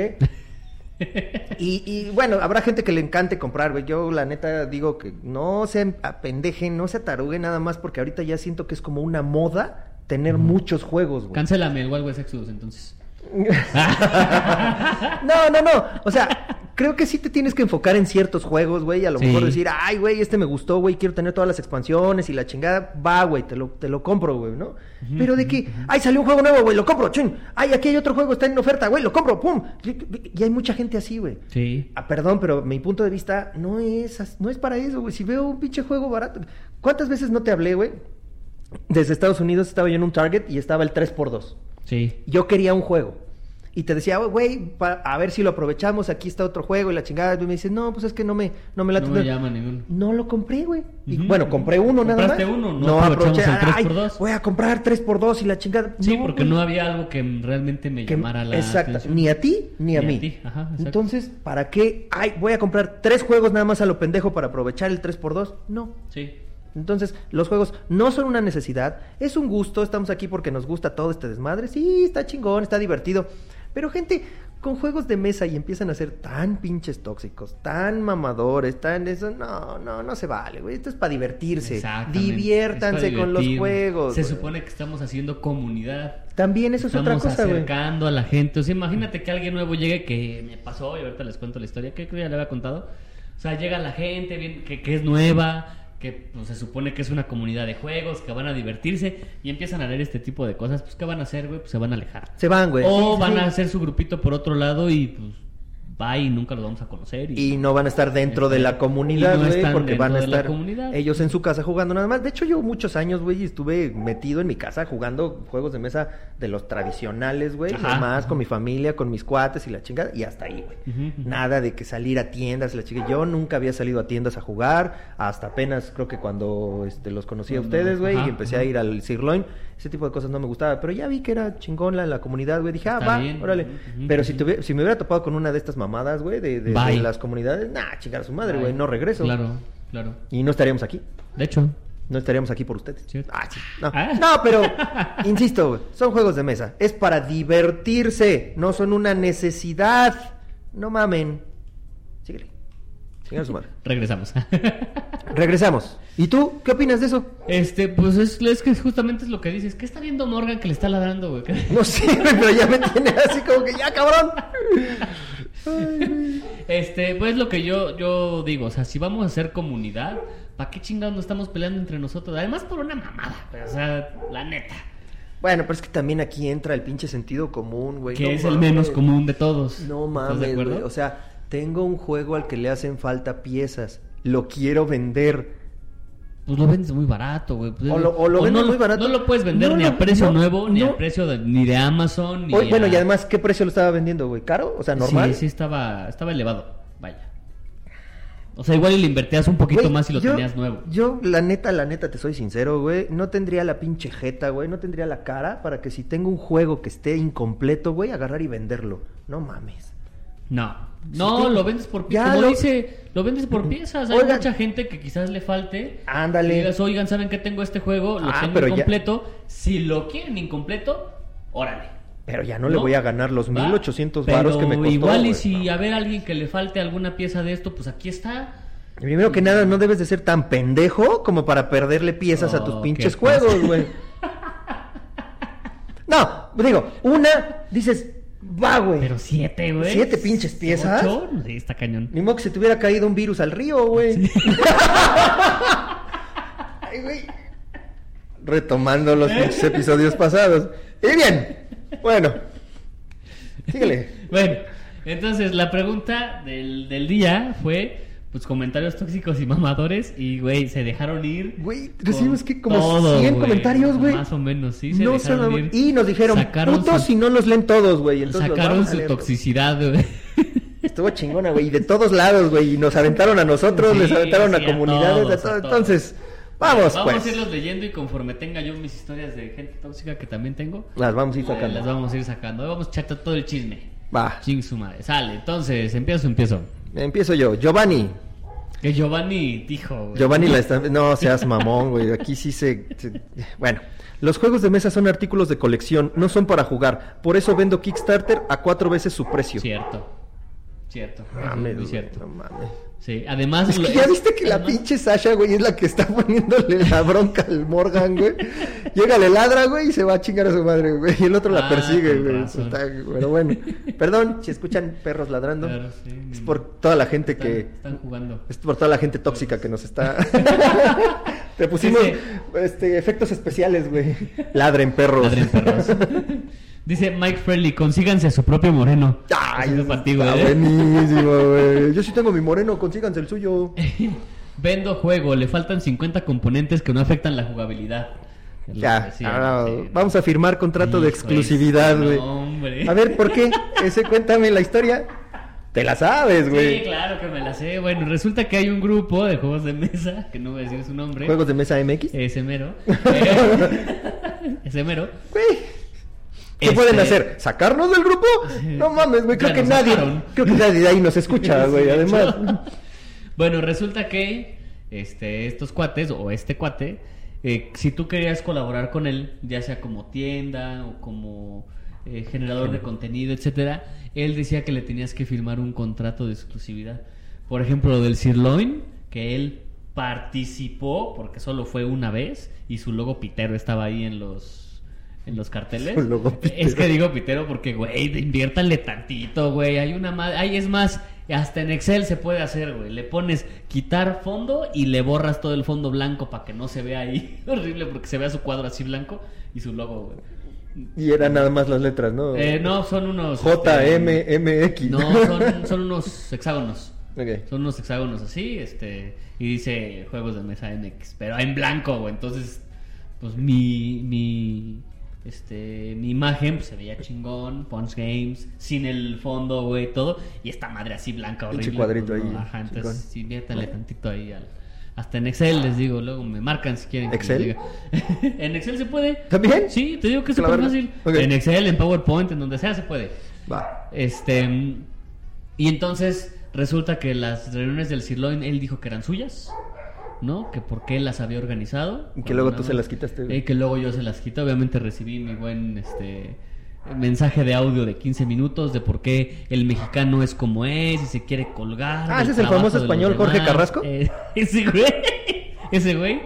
Y, y, bueno, habrá gente que le encante comprar, güey. Yo la neta digo que no se apendejen, no se ataruguen nada más porque ahorita ya siento que es como una moda tener muchos juegos, güey.
Cancélame el Wild West Exodus entonces.
no, no, no. O sea, creo que sí te tienes que enfocar en ciertos juegos, güey. y A lo
Sí.
mejor decir, ay, güey, este me gustó, güey, quiero tener todas las expansiones y la chingada. Va, güey, te lo, te lo compro, güey, ¿no? Pero de que, ay, salió un juego nuevo, güey, lo compro, chun. Ay, aquí hay otro juego, está en oferta, güey, lo compro, pum. Y- Y hay mucha gente así, güey.
Sí.
Ah, perdón, pero mi punto de vista no es, as- no es para eso, güey. Si veo un pinche juego barato. ¿Cuántas veces no te hablé, güey? Desde Estados Unidos estaba yo en un Target y estaba el 3x2.
Sí.
Yo quería un juego. Y te decía, güey, pa- a ver si lo aprovechamos, aquí está otro juego y la chingada. Y me dices, no, pues es que no me, no me late.
No me llama ninguno.
No lo compré, güey. Y
Ujú.
bueno, compré uno nada más.
Compraste uno, no aprovechamos el
aproveché. Ay,
3x2.
voy a comprar 3x2 y la chingada.
Sí, porque
güey
no había algo que realmente me
que-
llamara la
exacto,
atención.
ni a ti ni a
Ni a
mí.
ti, ajá, exacto.
Entonces, ¿para qué? Ay, voy a comprar tres juegos nada más a lo pendejo para aprovechar el 3x2. No.
Sí.
Entonces, los juegos no son una necesidad, es un gusto, estamos aquí porque nos gusta todo este desmadre. Sí, está chingón, está divertido. Pero gente con juegos de mesa y empiezan a ser tan pinches tóxicos, tan mamadores, tan eso, no, no, no se vale, güey. Esto es para divertirse.
Exactamente.
Diviértanse
Es para
con los
divertirnos.
juegos.
Se
güey.
supone que estamos haciendo comunidad.
También eso
Estamos
es otra cosa, güey.
acercando a la gente. O sea, imagínate que alguien nuevo llegue que me pasó, y ahorita les cuento la historia, creo que ya le había contado. O sea, llega la gente bien- que, que es nueva, que pues, se supone que es una comunidad de juegos, que van a divertirse y empiezan a leer este tipo de cosas. Pues, ¿qué van a hacer, güey? Pues se van a alejar.
Se van, güey.
o
Sí,
van
sí.
a hacer su grupito por otro lado y pues va y nunca los vamos a conocer. Y,
y no van a estar dentro de la comunidad,
Y no
güey,
están
porque van a
dentro de la
estar
comunidad.
ellos en su casa jugando nada más. De hecho, yo muchos años, güey, estuve metido en mi casa jugando juegos de mesa de los tradicionales, güey,
Ajá.
nada más con mi familia, con mis cuates y la chingada, y hasta ahí, güey.
Ujú, ujú.
Nada de que salir a tiendas, la chica. Yo nunca había salido a tiendas a jugar, hasta apenas creo que cuando este, los conocí a
Cuando-
ustedes, güey,
ajá,
y empecé
ajá.
a ir al Sirloin. Ese tipo de cosas no me gustaba, pero ya vi que era chingón la, la comunidad, güey. Dije, ah,
Está
va,
bien.
órale.
Ujú,
Pero
ujú.
si, tuve- si me hubiera topado con una de estas mamadas, güey, de, de- de
Bye.
las comunidades, nah, chingar a su madre,
Ay,
güey, no regreso.
Claro, claro.
Y no estaríamos aquí.
De hecho,
No estaríamos aquí por ustedes.
Cierto.
Ah, sí. No,
Ah.
No, pero, insisto, güey, son juegos de mesa. Es para divertirse, no son una necesidad. No mamen. Síguele. Chingar a su madre.
regresamos.
Regresamos. ¿Y tú? ¿Qué opinas de eso?
Este, pues es, es que justamente es lo que dices. ¿Qué está viendo Morgan que le está ladrando, güey?
No sé, güey, pero ya me tiene así como que ya, cabrón.
Este, pues lo que yo, yo digo, o sea, si vamos a hacer comunidad, ¿para qué chingados nos estamos peleando entre nosotros? Además por una mamada, pero, o sea, la neta,
Bueno, pero es que también aquí entra el pinche sentido común, güey.
que
No
es el
mames.
menos común de todos.
No
¿Estás de
mames,
acuerdo?
güey. O sea, tengo un juego al que le hacen falta piezas. Lo quiero vender.
pues lo vendes muy barato, güey. Pues,
O lo- o lo vendes
no,
muy barato.
No lo puedes vender
No
ni
lo-
a precio
no,
nuevo, ni
no.
a precio de, ni de Amazon, ni
Hoy, bueno,
a-
y además, ¿qué precio lo estaba vendiendo, güey? ¿Caro? O sea, normal.
Sí, sí estaba, estaba elevado, vaya. O sea, igual y le invertías un poquito
Güey,
más y lo
yo-
tenías nuevo.
Yo, la neta, la neta, te soy sincero, güey. No tendría la pinche jeta, güey. No tendría la cara para que si tengo un juego que esté incompleto, güey, agarrar y venderlo. No mames.
No, no,
Sí.
lo vendes por
Ya
piezas. Como
lo-
dice, lo vendes por piezas. Hay
Oigan.
mucha gente que quizás le falte.
Ándale.
Y digas, oigan, ¿saben que tengo este juego? Lo
Ah,
tengo
pero ya-
incompleto. Si lo quieren incompleto, órale.
Pero ya no, le voy a ganar los
¿Va?
1800 varos
Pero
que me costó.
Igual, y
güey.
si a ver alguien que le falte alguna pieza de esto, pues aquí está.
Primero que nada, no debes de ser tan pendejo como para perderle piezas a tus
Oh,
pinches
qué cosa.
juegos, güey. No, digo, una, dices, va, güey.
Pero siete, güey.
¿Siete pinches piezas?
¿Ocho? Sí, está cañón.
Ni modo que se te hubiera caído un virus al río, güey. Ay, güey. Retomando los
¿Eh?
pinches episodios pasados. Y bien, bueno. Síguele.
Bueno, entonces la pregunta del, del día fue, pues comentarios tóxicos y mamadores y, güey, se dejaron ir.
Güey,
con
recibimos que como
todo,
100
güey.
comentarios, güey.
Más o menos, sí. Se
No
dejaron
saben-
ir.
Y nos dijeron,
Sacaron
putos
su-
si no los leen todos, güey. Entonces los
sacaron
vamos a
su
leer.
toxicidad, güey.
Estuvo chingona, güey. Y de todos lados, güey. Y nos aventaron a nosotros,
Sí,
les aventaron
sí,
a
a
comunidades.
todos,
a todo.
a todos.
Entonces, vamos,
Vamos
pues.
a irlos leyendo y conforme tenga yo mis historias de gente tóxica que también tengo,
Las vamos a ir
eh,
sacando.
las vamos a ir sacando. Ahí Vamos a echar todo el chisme.
Va.
Ching su madre. Sale, entonces, empiezo, empiezo.
Empiezo yo. Giovanni.
Que Giovanni dijo, güey.
Giovanni la está... No seas mamón, güey. Aquí sí se... se- Bueno. Los juegos de mesa son artículos de colección, no son para jugar. Por eso vendo Kickstarter a cuatro veces su precio.
Cierto. Cierto. Eso es
Mames,
muy
güey,
cierto.
Ah, No mames.
Sí, además.
Es
lo-
que ya
es-
viste que la
además-
pinche Sasha, güey, es la que está poniéndole la bronca al Morgan, güey. Llega, le ladra, güey, y se va a chingar a su madre, güey. Y el otro la
Ah,
persigue,
con
güey.
razón.
Está- Pero bueno, perdón si escuchan perros ladrando.
Claro, sí, ni
es
modo.
por toda la gente
Están-
que.
Están jugando.
Es por toda la gente tóxica que nos está. Te pusimos
Sí,
este, efectos especiales, güey. Ladren perros.
Ladren perros. Dice Mike Friendly, consíganse a su propio moreno. ¿eh?
Ay,
Eso
eso
es para ti, güey.
está buenísimo, güey. Yo sí tengo mi moreno, consíganse el suyo.
Eh, Vendo juego, le faltan 50 componentes que no afectan la jugabilidad. Es lo que
Ya,
decía,
ahora
sí.
vamos a firmar contrato de
Hijo,
exclusividad,
ese
güey.
nombre.
A ver, ¿por qué? Ese cuéntame la historia. Te la sabes,
Sí,
güey.
claro que me la sé. Bueno, resulta que hay un grupo de juegos de mesa, que no voy a decir su nombre.
Juegos de mesa MX.
Ese mero. Eh, Ese mero.
Güey. ¿Qué
Este-
pueden hacer? ¿Sacarnos del grupo? No mames, güey. Creo
Ya
que
nos
nadie.
sacaron.
Creo que nadie de ahí nos escucha,
Sí,
güey.
de
Además.
hecho. Bueno, resulta que este, estos cuates o este cuate, eh, si tú querías colaborar con él, ya sea como tienda o como eh, generador de contenido, etcétera, él decía que le tenías que firmar un contrato de exclusividad. Por ejemplo, lo del Sirloin, que él participó porque solo fue una vez y su logo pitero estaba ahí en los en los carteles.
Su logo
Es
pitero.
que digo pitero porque, güey, inviértanle tantito, güey. Hay una madre. Ay, es más, hasta en Excel se puede hacer, güey. Le pones quitar fondo y le borras todo el fondo blanco para que no se vea ahí. Horrible, porque se vea su cuadro así blanco y su logo, güey.
Y eran nada más las letras, ¿no?
Eh, no, son unos.
J, M,
este,
M, X.
No, son, son unos hexágonos.
Ok.
Son unos hexágonos así, este, y dice juegos de mesa MX, pero en blanco, güey. Entonces, pues mi, mi, este, mi imagen pues, se veía chingón, Punch Games, sin el fondo, güey, todo. Y esta madre así blanca,
Pinche
horrible.
cuadrito
pues, no,
ahí,
Ajá,
chingón.
entonces sí, inviértanle tantito ahí al... Hasta en Excel les digo, luego me marcan si quieren. que les
¿Excel?
diga. en Excel se puede.
¿También?
Sí, te digo que es
A la
súper
verga.
fácil.
Ok.
En Excel, en PowerPoint, en donde sea se puede.
Va.
Este. mm, Y entonces resulta que las reuniones del Sirloin él dijo que eran suyas, ¿no? Que por qué las había organizado.
Y que luego tú
Cuando nada
se
más-
las quitaste, este, güey.
Eh, que luego yo se las quité. Obviamente recibí mi buen este mensaje de audio de 15 minutos de por qué el mexicano es como es y se quiere colgar.
Ah,
del
ese es el
trabajo
famoso
de los
español Jorge
demás.
Carrasco.
Eh, ese güey. Ese güey.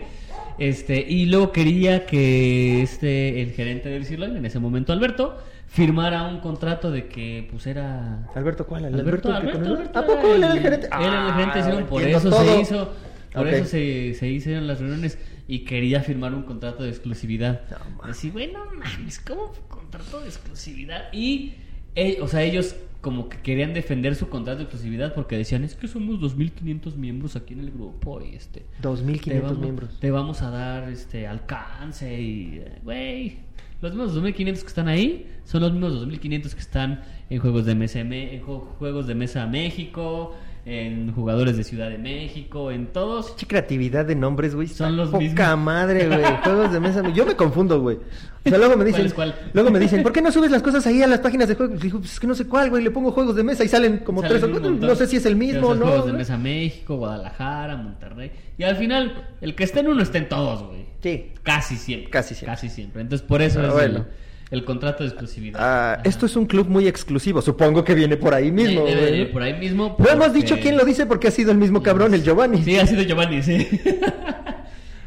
Este, y luego quería que este, el gerente del Sirloin, en ese momento Alberto, firmara un contrato de que pues era
Alberto, ¿cuál? El
Alberto,
el que
Alberto,
con el-
Alberto
¿A poco él era el gerente?
Él era el gerente,
Ah,
hicieron, por
entiendo
eso
todo.
se hizo, por
Ok.
eso se, se hicieron las reuniones y quería firmar un contrato de exclusividad. Así, bueno, mames, ¿cómo contrato de exclusividad? Y, eh, o sea, ellos como que querían defender su contrato de exclusividad porque decían, es que somos 2.500 miembros aquí en el grupo y este... te
2.500
vamos-
miembros.
Te vamos a dar este alcance y, eh, güey, los mismos 2500 que están ahí son los mismos 2500 que están en juegos de mesa, Me- en ju- juegos de mesa México, en jugadores de Ciudad de México, en todos.
Pinche creatividad de nombres, güey.
Son
está
los
poca
mismos.
madre, güey. Juegos de mesa. Yo me confundo, güey. O sea, luego me dicen,
¿Cuál es cuál?
luego me dicen, ¿por qué no subes las cosas ahí a las páginas de juegos? Digo, pues es que no sé cuál, güey. Le pongo juegos de mesa y salen como
Salen
tres.
un
o-
montón.
No sé si es el mismo,
Entonces,
¿no?
Juegos de mesa México, Guadalajara, Monterrey. Y al final, el que esté en uno está en todos, güey.
Sí.
Casi siempre.
Casi siempre.
Casi siempre. Entonces, por eso
Ah,
es
bueno.
el, el contrato de exclusividad.
Ah,
Ajá.
esto es un club muy exclusivo. Supongo que viene por ahí mismo,
Debe de
güey.
ir por ahí mismo.
No hemos
porque-
dicho quién lo dice porque ha sido el mismo Oh, cabrón, el Giovanni.
Sí, ha sido Giovanni, sí.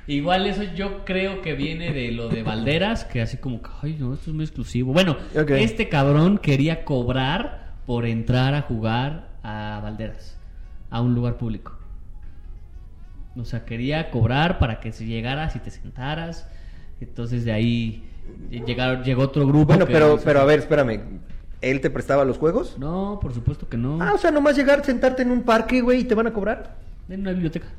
Igual eso yo creo que viene de lo de Valderas, que así como, que, ay, no, esto es muy exclusivo. Bueno,
Ok.
este cabrón quería cobrar por entrar a jugar a Valderas, a un lugar público. O sea, quería cobrar para que si llegaras y te sentaras. Entonces de ahí eh, llegaron, llegó otro grupo.
Bueno,
que
pero,
hizo-
pero a ver, espérame. ¿Él te prestaba los juegos?
No, por supuesto que no.
Ah, o sea, nomás llegar, sentarte en un parque, güey, y te van a cobrar.
En una biblioteca.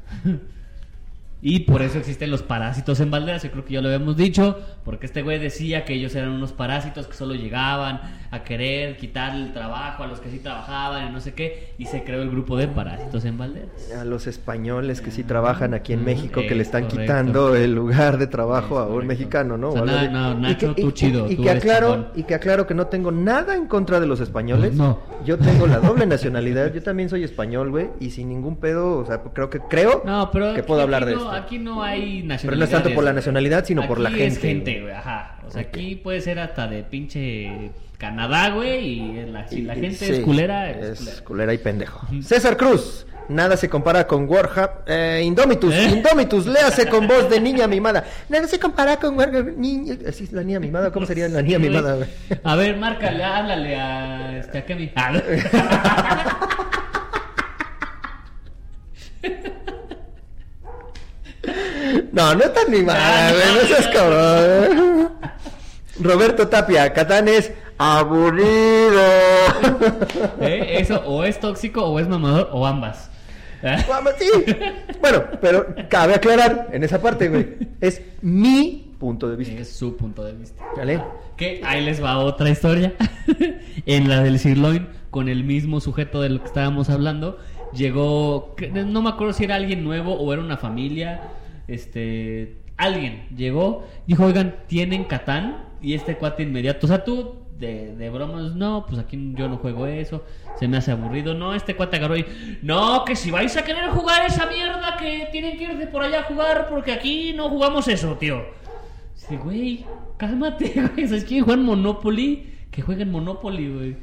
Y por eso existen los parásitos en Valderas, yo creo que ya lo habíamos dicho, porque este güey decía que ellos eran unos parásitos que solo llegaban a querer quitar el trabajo a los que sí trabajaban y no sé qué, y se creó el grupo de parásitos en Valderas.
A los españoles que sí trabajan aquí en
Ah,
México, que le
es
están
correcto.
quitando el lugar de trabajo
Es
a un
correcto.
mexicano, ¿no?
O sea,
O algo
nada,
así.
no,
Y
Nacho,
que-
tú
y-
chido,
Y, y
tú
que
eres
aclaro,
chingón.
y que aclaro que no tengo nada en contra de los españoles.
Pues no.
Yo tengo la doble nacionalidad, yo también soy español, güey, y sin ningún pedo, o sea, creo que creo
No, pero
que puedo
aquí
hablar de
no-
esto.
Aquí no hay nacionalidad.
Pero no es tanto por la nacionalidad, sino por la
Aquí
gente.
es gente, güey, ajá. O sea,
Ok.
aquí puede ser hasta de pinche Canadá, güey, y la- si la
Y-
gente
sí,
es culera, es,
es
culera.
culera y pendejo. César Cruz, Nada se compara con Warhammer. eh, Indomitus, Indomitus, léase con voz de niña mimada. Nada se compara con Warhammer. Niña... Así es la niña mimada. ¿Cómo sería la niña
Sí, güey.
mimada? güey?
A ver, márcale, háblale a, este, a Kevin. Ah, no.
Ah. No, no es tan
Ah,
mimada, güey. No seas cabrón. güey. Roberto Tapia, Catán es aburrido.
¿Eh? Eso o es tóxico o es mamador o ambas. Ah,
Vamos, sí. Bueno, pero cabe aclarar en esa parte, güey. Es mi punto de vista.
Es su punto de vista.
¿Vale?
Que ahí les va otra historia. en la del Sirloin, con el mismo sujeto de lo que estábamos hablando, llegó. que- No me acuerdo si era alguien nuevo o era una familia. Este. Alguien llegó, dijo: Oigan, tienen Catán. Y este cuate inmediato. O sea, tú de, de bromas, no, pues aquí yo no juego eso. Se me hace aburrido. No, este cuate agarró y. No, que si vais a querer jugar esa mierda, que tienen que irse por allá a jugar, porque aquí no jugamos eso, tío. Sí, güey, cálmate, güey. ¿Sabes quién juega en Monopoly? Que juega en Monopoly, güey.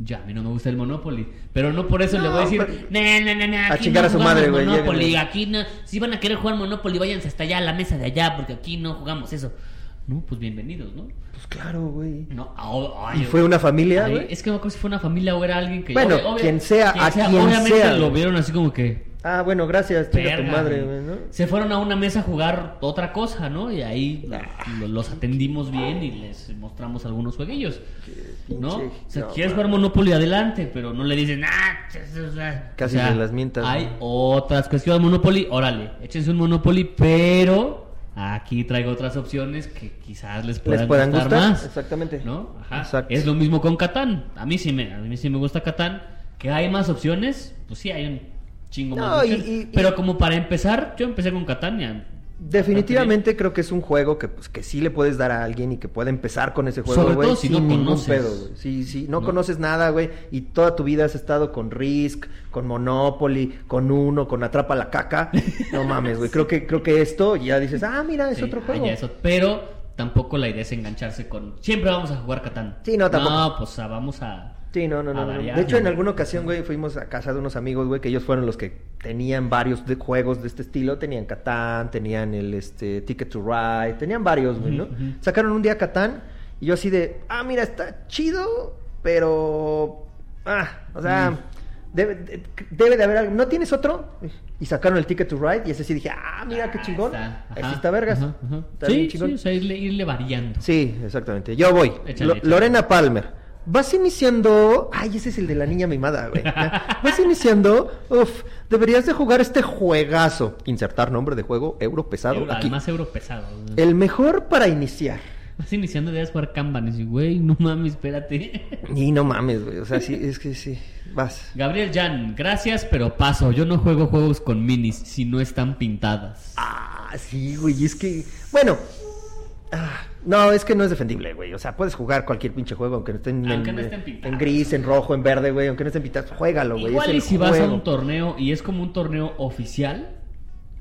Ya, a mí no me gusta el Monopoly. Pero no por eso le voy a decir,
pero-
no, no, no, no,
A
aquí
chingar
no
a su
jugamos
madre, güey,
Monopoly,
lleguen.
aquí no. Si van a querer jugar Monopoly, váyanse hasta allá a la mesa de allá, porque aquí no jugamos eso. No, pues bienvenidos, ¿no?
Pues claro, güey.
No, ah, ay,
Y fue una familia,
ay,
güey.
Es que no me acuerdo si fue una familia o era alguien que.
Bueno, quien sea, a quien
obviamente
sea,
lo
güey.
vieron así como que.
Ah, bueno, gracias. Chinga tu
Verga,
madre,
güey.
güey, ¿no?
Se fueron a una mesa a jugar otra cosa, ¿no? Y ahí
Ah.
lo- los atendimos bien y les mostramos algunos jueguillos, ¿no?
pinche-
o sea,
no, mames.
quieres jugar Monopoly adelante, pero no le dicen, ah, ch- ch- ch-".
Casi les las mientas,
Hay
¿no?
otras cuestiones Monopoly, órale, échense un Monopoly, pero aquí traigo otras opciones que quizás les puedan,
Les puedan
gustar,
gustar,
más,
exactamente.
¿no? Ajá.
Exacto.
Es lo mismo con Catán. A mí sí me, a mí sí me gusta Catán. Que hay más opciones, pues sí hay un chingo
No,
más de
y-
opciones.
y- y-
Pero como para empezar, yo empecé con Catania.
Definitivamente creo que es un juego que, pues, que sí le puedes dar a alguien y que puede empezar con ese juego,
Sobre
güey,
todo si
sin
no
ningún
conoces.
pedo, güey. Sí, sí, no,
No.
conoces nada, güey, y toda tu vida has estado con Risk, con Monopoly, con Uno, con Atrapa la Caca. No mames, güey, creo que creo que esto ya dices, ah, mira, es
Sí,
otro
ah,
juego.
ya, eso. Pero tampoco la idea es engancharse con. Siempre vamos a jugar Catán.
Sí, no, tampoco.
No, pues ah, vamos a.
Sí, no, no,
a
no, no.
variar,
De hecho,
¿no?
en alguna ocasión, güey, fuimos a casa de unos amigos, güey, que ellos fueron los que tenían varios de juegos de este estilo. Tenían Catán, tenían el este, Ticket to Ride, tenían varios, güey, ¿no?
Ujú, ujú.
Sacaron un día Catán y yo así de, ah, mira, está chido, pero... Ah, o sea,
Mm.
debe, de, debe de haber algo. ¿No tienes otro? Y sacaron el Ticket to Ride y ese sí dije, ah, mira, qué
Ah,
chingón.
está.
Ese
Ajá,
está vergas.
ajá, ajá.
Está bien
Sí, sí,
chingón.
o sea, irle, irle variando.
Sí, exactamente. Yo voy.
Échale,
Lo-
échale.
Lorena Palmer. Vas iniciando. Ay, ese es el de la niña mimada, güey. Vas iniciando. Uf, deberías de jugar este juegazo. Insertar nombre de juego, euro pesado.
Euro-
aquí.
además, euro pesado.
El mejor para iniciar.
Vas iniciando, debes jugar Kanban. Y dices, güey, no mames, espérate.
Y no mames, güey. O sea, sí, es que sí. Vas.
Gabriel Jan, gracias, pero paso. Yo no juego juegos con minis si no están pintadas.
Ah, sí, güey. Es que. Bueno. Ah, no, es que no es defendible, güey. O sea, puedes jugar cualquier pinche juego, aunque no estén,
Aunque
en,
no estén pintados.
en gris, en rojo, en verde, güey. Aunque no estén pintados, juégalo, güey.
Igual
es
y
el
si vas a
juego.
un torneo y es como un torneo oficial,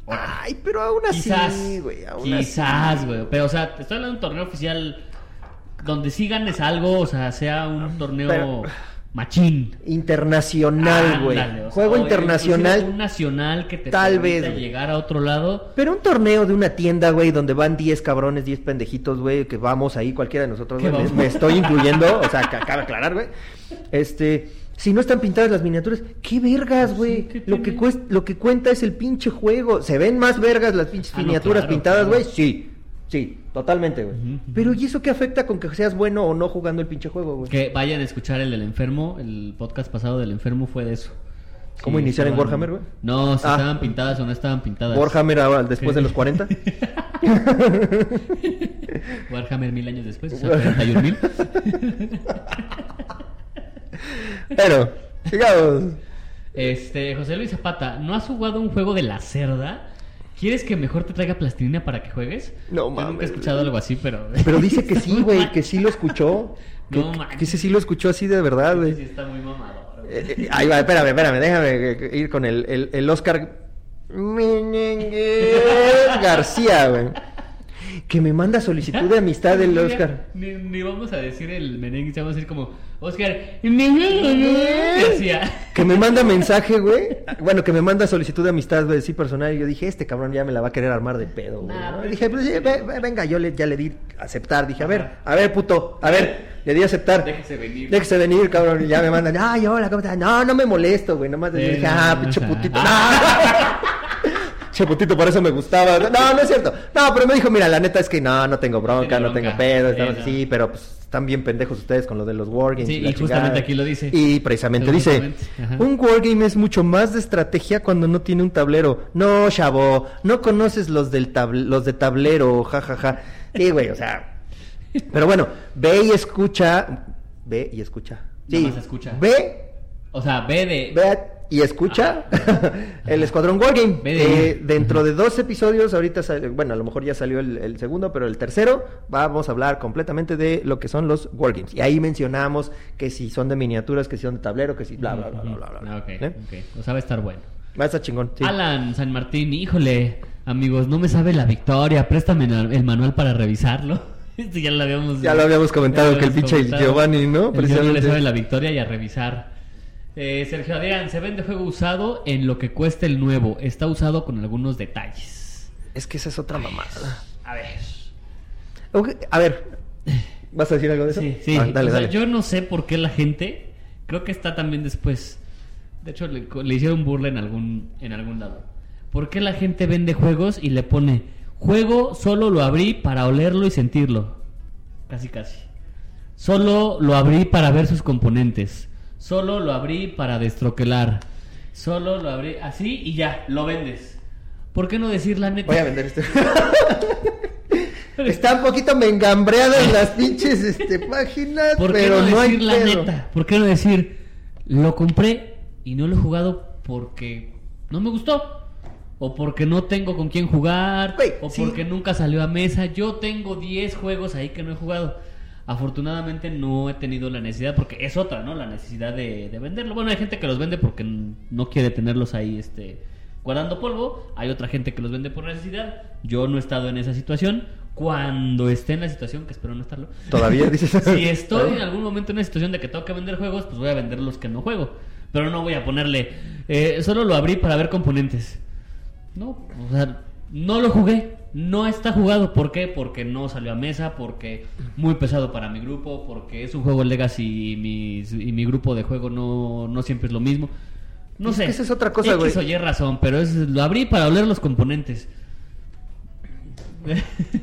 órale.
Ay, pero aún así,
quizás,
Ah, güey. Aún así.
quizás, güey. Pero, o sea, te estoy hablando de un torneo oficial donde sí ganes algo, o sea, sea un torneo
Ah, pero-
machín.
Internacional, güey.
Ándale, o sea,
Juego
o
internacional.
inclusive Un nacional que te
Tal
permita
vez, güey.
llegar a otro lado.
Pero un torneo de una tienda, güey, donde van 10 cabrones, 10 pendejitos, güey, que vamos ahí, cualquiera de nosotros,
Que
güey. Me,
vamos.
me estoy incluyendo, o sea, que acaba de aclarar, güey. Este, si no están pintadas las miniaturas, qué vergas, güey.
Pues ¿qué
lo, que
tiene?
cuest- lo que cuenta es el pinche juego. ¿Se ven más vergas las pinches
Ah, no,
miniaturas
claro,
pintadas,
claro.
güey? Sí, sí, totalmente, güey.
Ujú, ujú.
Pero ¿y eso qué afecta con que seas bueno o no jugando el pinche juego, güey?
Que vayan a escuchar el del enfermo, el podcast pasado del enfermo fue de eso.
¿Cómo iniciar en Warhammer, güey?
No, si
Ah.
estaban pintadas o no estaban pintadas.
Warhammer ahora, después de los 40.
Warhammer mil años después, o sea, 41 mil.
Pero, digamos.
Este, José Luis Zapata, ¿no has jugado un juego de la cerda? ¿Quieres que mejor te traiga plastilina para que juegues?
No
Yo
mames.
Nunca he escuchado algo así, pero.
Pero dice que
Está
sí,
muy
güey,
mal.
que sí lo escuchó. Que,
No
que-
manches.
que ese sí lo escuchó así de verdad,
Ese Sí,
güey.
está muy mamador. güey.
Eh, eh, ahí va, espérame, espérame, déjame eh, ir con el, el, el Oscar Meñenguez García, güey. que me manda solicitud de amistad del
Ni-
Oscar.
Ni, ni vamos a decir el merengue, vamos a decir como, Oscar, ¿qué hacía?
Que me manda mensaje, güey. Bueno, que me manda solicitud de amistad, güey, sí, personal. Y yo dije, este cabrón ya me la va a querer armar de pedo, güey.
Nah,
¿no?
pero-
dije, pues, sí, ve- ve- venga, yo le, ya le di aceptar. Dije, a ver,
Ajá.
a ver, puto, a ver. Le di aceptar.
Déjese venir.
Déjese venir, cabrón. Y ya me mandan, ay, hola, ¿cómo estás? No, no me molesto, güey. Nomás le
Sí,
dije,
no,
ah,
no,
pinche
no,
putito.
ah.
No. Pinche putito, por eso me gustaba. No, no es cierto. No, pero me dijo, mira, la neta es que no, no tengo bronca,
Tiene
no tengo
bronca.
pedo.
Sí,
estamos
no.
así, pero pues están bien pendejos ustedes con lo de los wargames.
Sí,
la
y justamente
chingada".
aquí lo dice.
Y precisamente dice,
Justamente, ajá.
un wargame es mucho más de estrategia cuando no tiene un tablero. No, chavo, no conoces los del tabl- los de tablero, jajaja. Ja, ja. Sí, güey, o sea. Pero bueno, ve y escucha, ve y escucha.
Nada más escucha.
Ve
O sea, ve de...
Ve a- y escucha el Escuadrón Wargame.
Ve de-
Eh, dentro de dos episodios, ahorita, sale- bueno, a lo mejor ya salió el, el segundo, pero el tercero, vamos a hablar completamente de lo que son los Wargames. Y ahí mencionamos que si son de miniaturas, que si son de tablero, que si bla, bla, bla, bla, bla. bla.
Ah, ok,
¿Eh?
ok. O sea, va a estar bueno.
Va a estar chingón. sí.
Alan San Martín, híjole, amigos, no me sabe la victoria, préstame el el manual para revisarlo. Esto ya lo habíamos
Ya lo habíamos comentado,
ya lo
que el
habíamos
pinche Giovanni, ¿no?
El Giovanni
Precisamente.
le sabe la victoria y a revisar. Eh, Sergio Adrián, se vende juego usado en lo que cuesta el nuevo. Está usado con algunos detalles.
Es que esa es otra mamada.
A ver.
Ok, A ver, ¿vas a decir algo de eso?
Sí, sí.
Ah, dale,
O sea,
dale.
yo no sé por qué la gente. Creo que está también después. De hecho, le, le hicieron burla en algún, en algún lado. ¿Por qué la gente vende juegos y le pone juego, solo lo abrí para olerlo y sentirlo? Casi, casi. Solo lo abrí para ver sus componentes. Solo lo abrí para destroquelar. Solo lo abrí así y ya, lo vendes. ¿Por qué no decir la neta?
Voy a vender este. Está un poquito mengambreada en las pinches este, páginas,
¿Por qué
pero
no,
no, hay
decir la
pedo.
neta? ¿Por qué no decir lo compré y no lo he jugado porque no me gustó? O porque no tengo con quién jugar,
Güey,
o
sí.
porque nunca salió a mesa. Yo tengo 10 juegos ahí que no he jugado. Afortunadamente no he tenido la necesidad, porque es otra, ¿no? La necesidad de, de venderlo. Bueno, hay gente que los vende porque n- no quiere tenerlos ahí este, guardando polvo. Hay otra gente que los vende por necesidad. Yo no he estado en esa situación. Cuando esté en la situación, que espero no estarlo.
Todavía dices. ¿Eh?
Si estoy en algún momento en una situación de que tengo que vender juegos, pues voy a vender los que no juego. Pero no voy a ponerle. eh, solo lo abrí para ver componentes. No, o sea, no lo jugué. No está jugado. ¿Por qué? Porque no salió a mesa, porque muy pesado para mi grupo, porque es un juego Legacy y, mis- y mi grupo de juego no, no siempre es lo mismo. No
Es
sé.
que esa es otra cosa,
X
güey.
o Y razón, pero es, lo abrí para oler los componentes.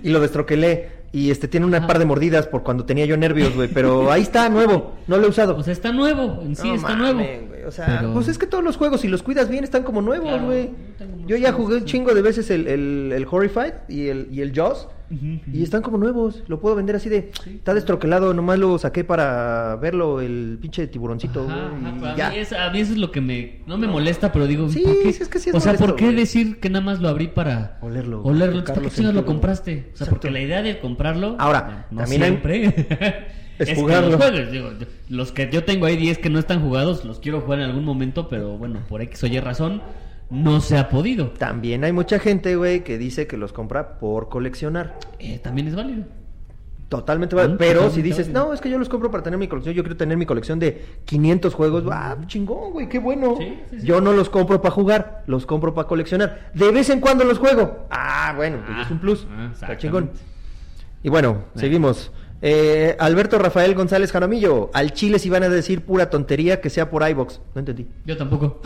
Y lo destroquelé. Y este tiene una
Ajá.
par de mordidas por cuando tenía yo nervios, güey. Pero ahí está, nuevo. No lo he usado.
O sea, está nuevo. En sí
No
está
mamen,
nuevo.
güey, O sea,
Pero-
pues es que todos los juegos, si los cuidas bien, están como nuevos,
Claro,
güey.
yo tengo muchos
yo ya
juegos
jugué un
así.
chingo de veces el, el, el Horrified y el, y el Jaws.
Ujú, ujú.
Y están como nuevos, lo puedo vender así de,
Sí.
está destroquelado, nomás lo saqué para verlo el pinche tiburoncito,
Ajá,
güey,
ajá,
y
pero
ya.
A, mí es- a mí eso es lo que me. No me molesta, pero digo.
Sí,
¿por qué?
es que sí es
O sea,
molesto,
¿por qué
güey.
decir que nada más lo abrí para.
Olerlo,
Olerlo.
tocarlo,
¿Por qué chingados lo
sentirlo?
compraste? O sea,
Exacto.
porque la idea de comprarlo.
Ahora,
no
también hay-
siempre.
es
que
jugarlo.
los, juegues, digo, los que yo tengo ahí 10 que no están jugados, los quiero jugar en algún momento, pero bueno, por X o Y razón, no se ha podido.
También hay mucha gente, güey, que dice que los compra por coleccionar.
Eh, también es válido.
Totalmente, válido.
Mm,
pero si
totalmente
dices,
válido.
no, es que yo los compro para tener mi colección, yo quiero tener mi colección de 500 juegos, ah, chingón, güey, qué bueno.
Sí, sí, sí.
Yo no los compro para jugar, los compro para coleccionar. De vez en cuando los juego. Ah, bueno, pues
Ah,
es un plus.
ah,
Está chingón.
exactamente.
Y bueno, seguimos. Eh, Alberto Rafael González Jaramillo, al chile si van a decir pura tontería que sea por iBox. No entendí.
Yo tampoco.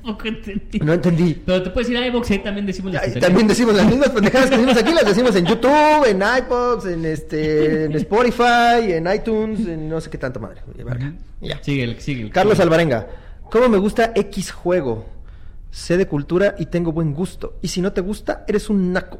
tampoco entendí.
No entendí.
Pero te puedes ir a iVox y ahí también decimos las
Ay,
tonterías.
También decimos las mismas pendejadas que decimos aquí, las decimos en YouTube, en iPods, en este, en Spotify, en iTunes, en no sé qué tanta madre. Oye, verga. Ya.
Sigue el, sigue el.
Carlos Alvarenga, ¿cómo me gusta X juego? Sé de cultura y tengo buen gusto. Y si no te gusta, eres un naco.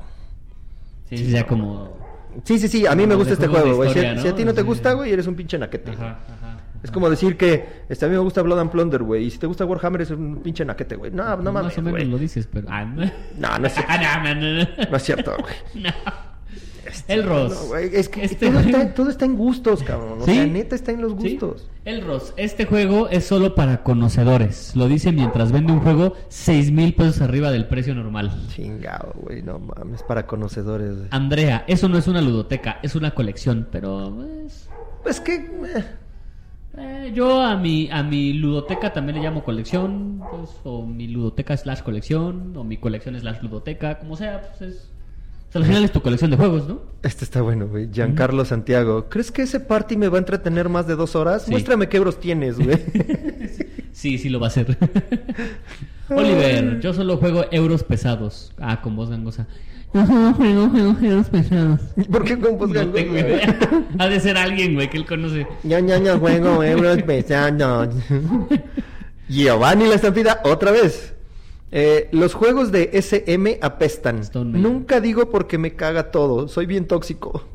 Sí, sí, ya como.
Sí, sí, sí, a mí me
Como de
gusta este
juegos de
juego, güey. Si, a-
historia,
si a
¿no?
ti no te
Sí.
gusta, güey, eres un pinche naquete.
Ajá, ajá.
Es como decir que este, a mí me gusta Blood and Plunder, güey. Y si te gusta Warhammer, eres un pinche naquete, güey. No, ah, no mames.
Más o menos
güey.
lo dices, pero. Ah, no.
No, no es cierto.
Ah, no, no, no, no.
No es cierto, güey. Este,
No. El Ross.
No, güey, es que
Este
todo,
güey-
está, todo está en gustos, cabrón. O
¿Sí?
sea, neta está en los
¿Sí?
gustos.
El Ross, este juego es solo para conocedores. Lo dice mientras vende un juego 6 mil pesos arriba del precio normal.
Chingado, güey, no mames, para conocedores. güey.
Andrea, eso no es una ludoteca, es una colección, pero pues,
Pues que... eh,
eh, yo a mi, a mi ludoteca también le llamo colección, pues, o mi ludoteca slash colección, o mi colección slash ludoteca, como sea, pues es... o sea, al final es tu colección de juegos, ¿no?
Este está bueno, güey. Giancarlo Santiago. ¿Crees que ese party me va a entretener más de dos horas?
Sí.
Muéstrame qué bros tienes, güey.
Sí, sí lo va a hacer. Oliver, yo solo juego euros pesados. Ah, con voz gangosa. Yo solo juego, juego euros pesados.
¿Por qué con voz
No
gangosa,
tengo
güey?
idea. Ha de ser alguien, güey, que él conoce.
Yo, yo, yo juego euros pesados. Giovanni la estampida, otra vez. Eh, los juegos de SM apestan.
Stone Maiden.
Nunca digo porque me caga todo. Soy bien tóxico.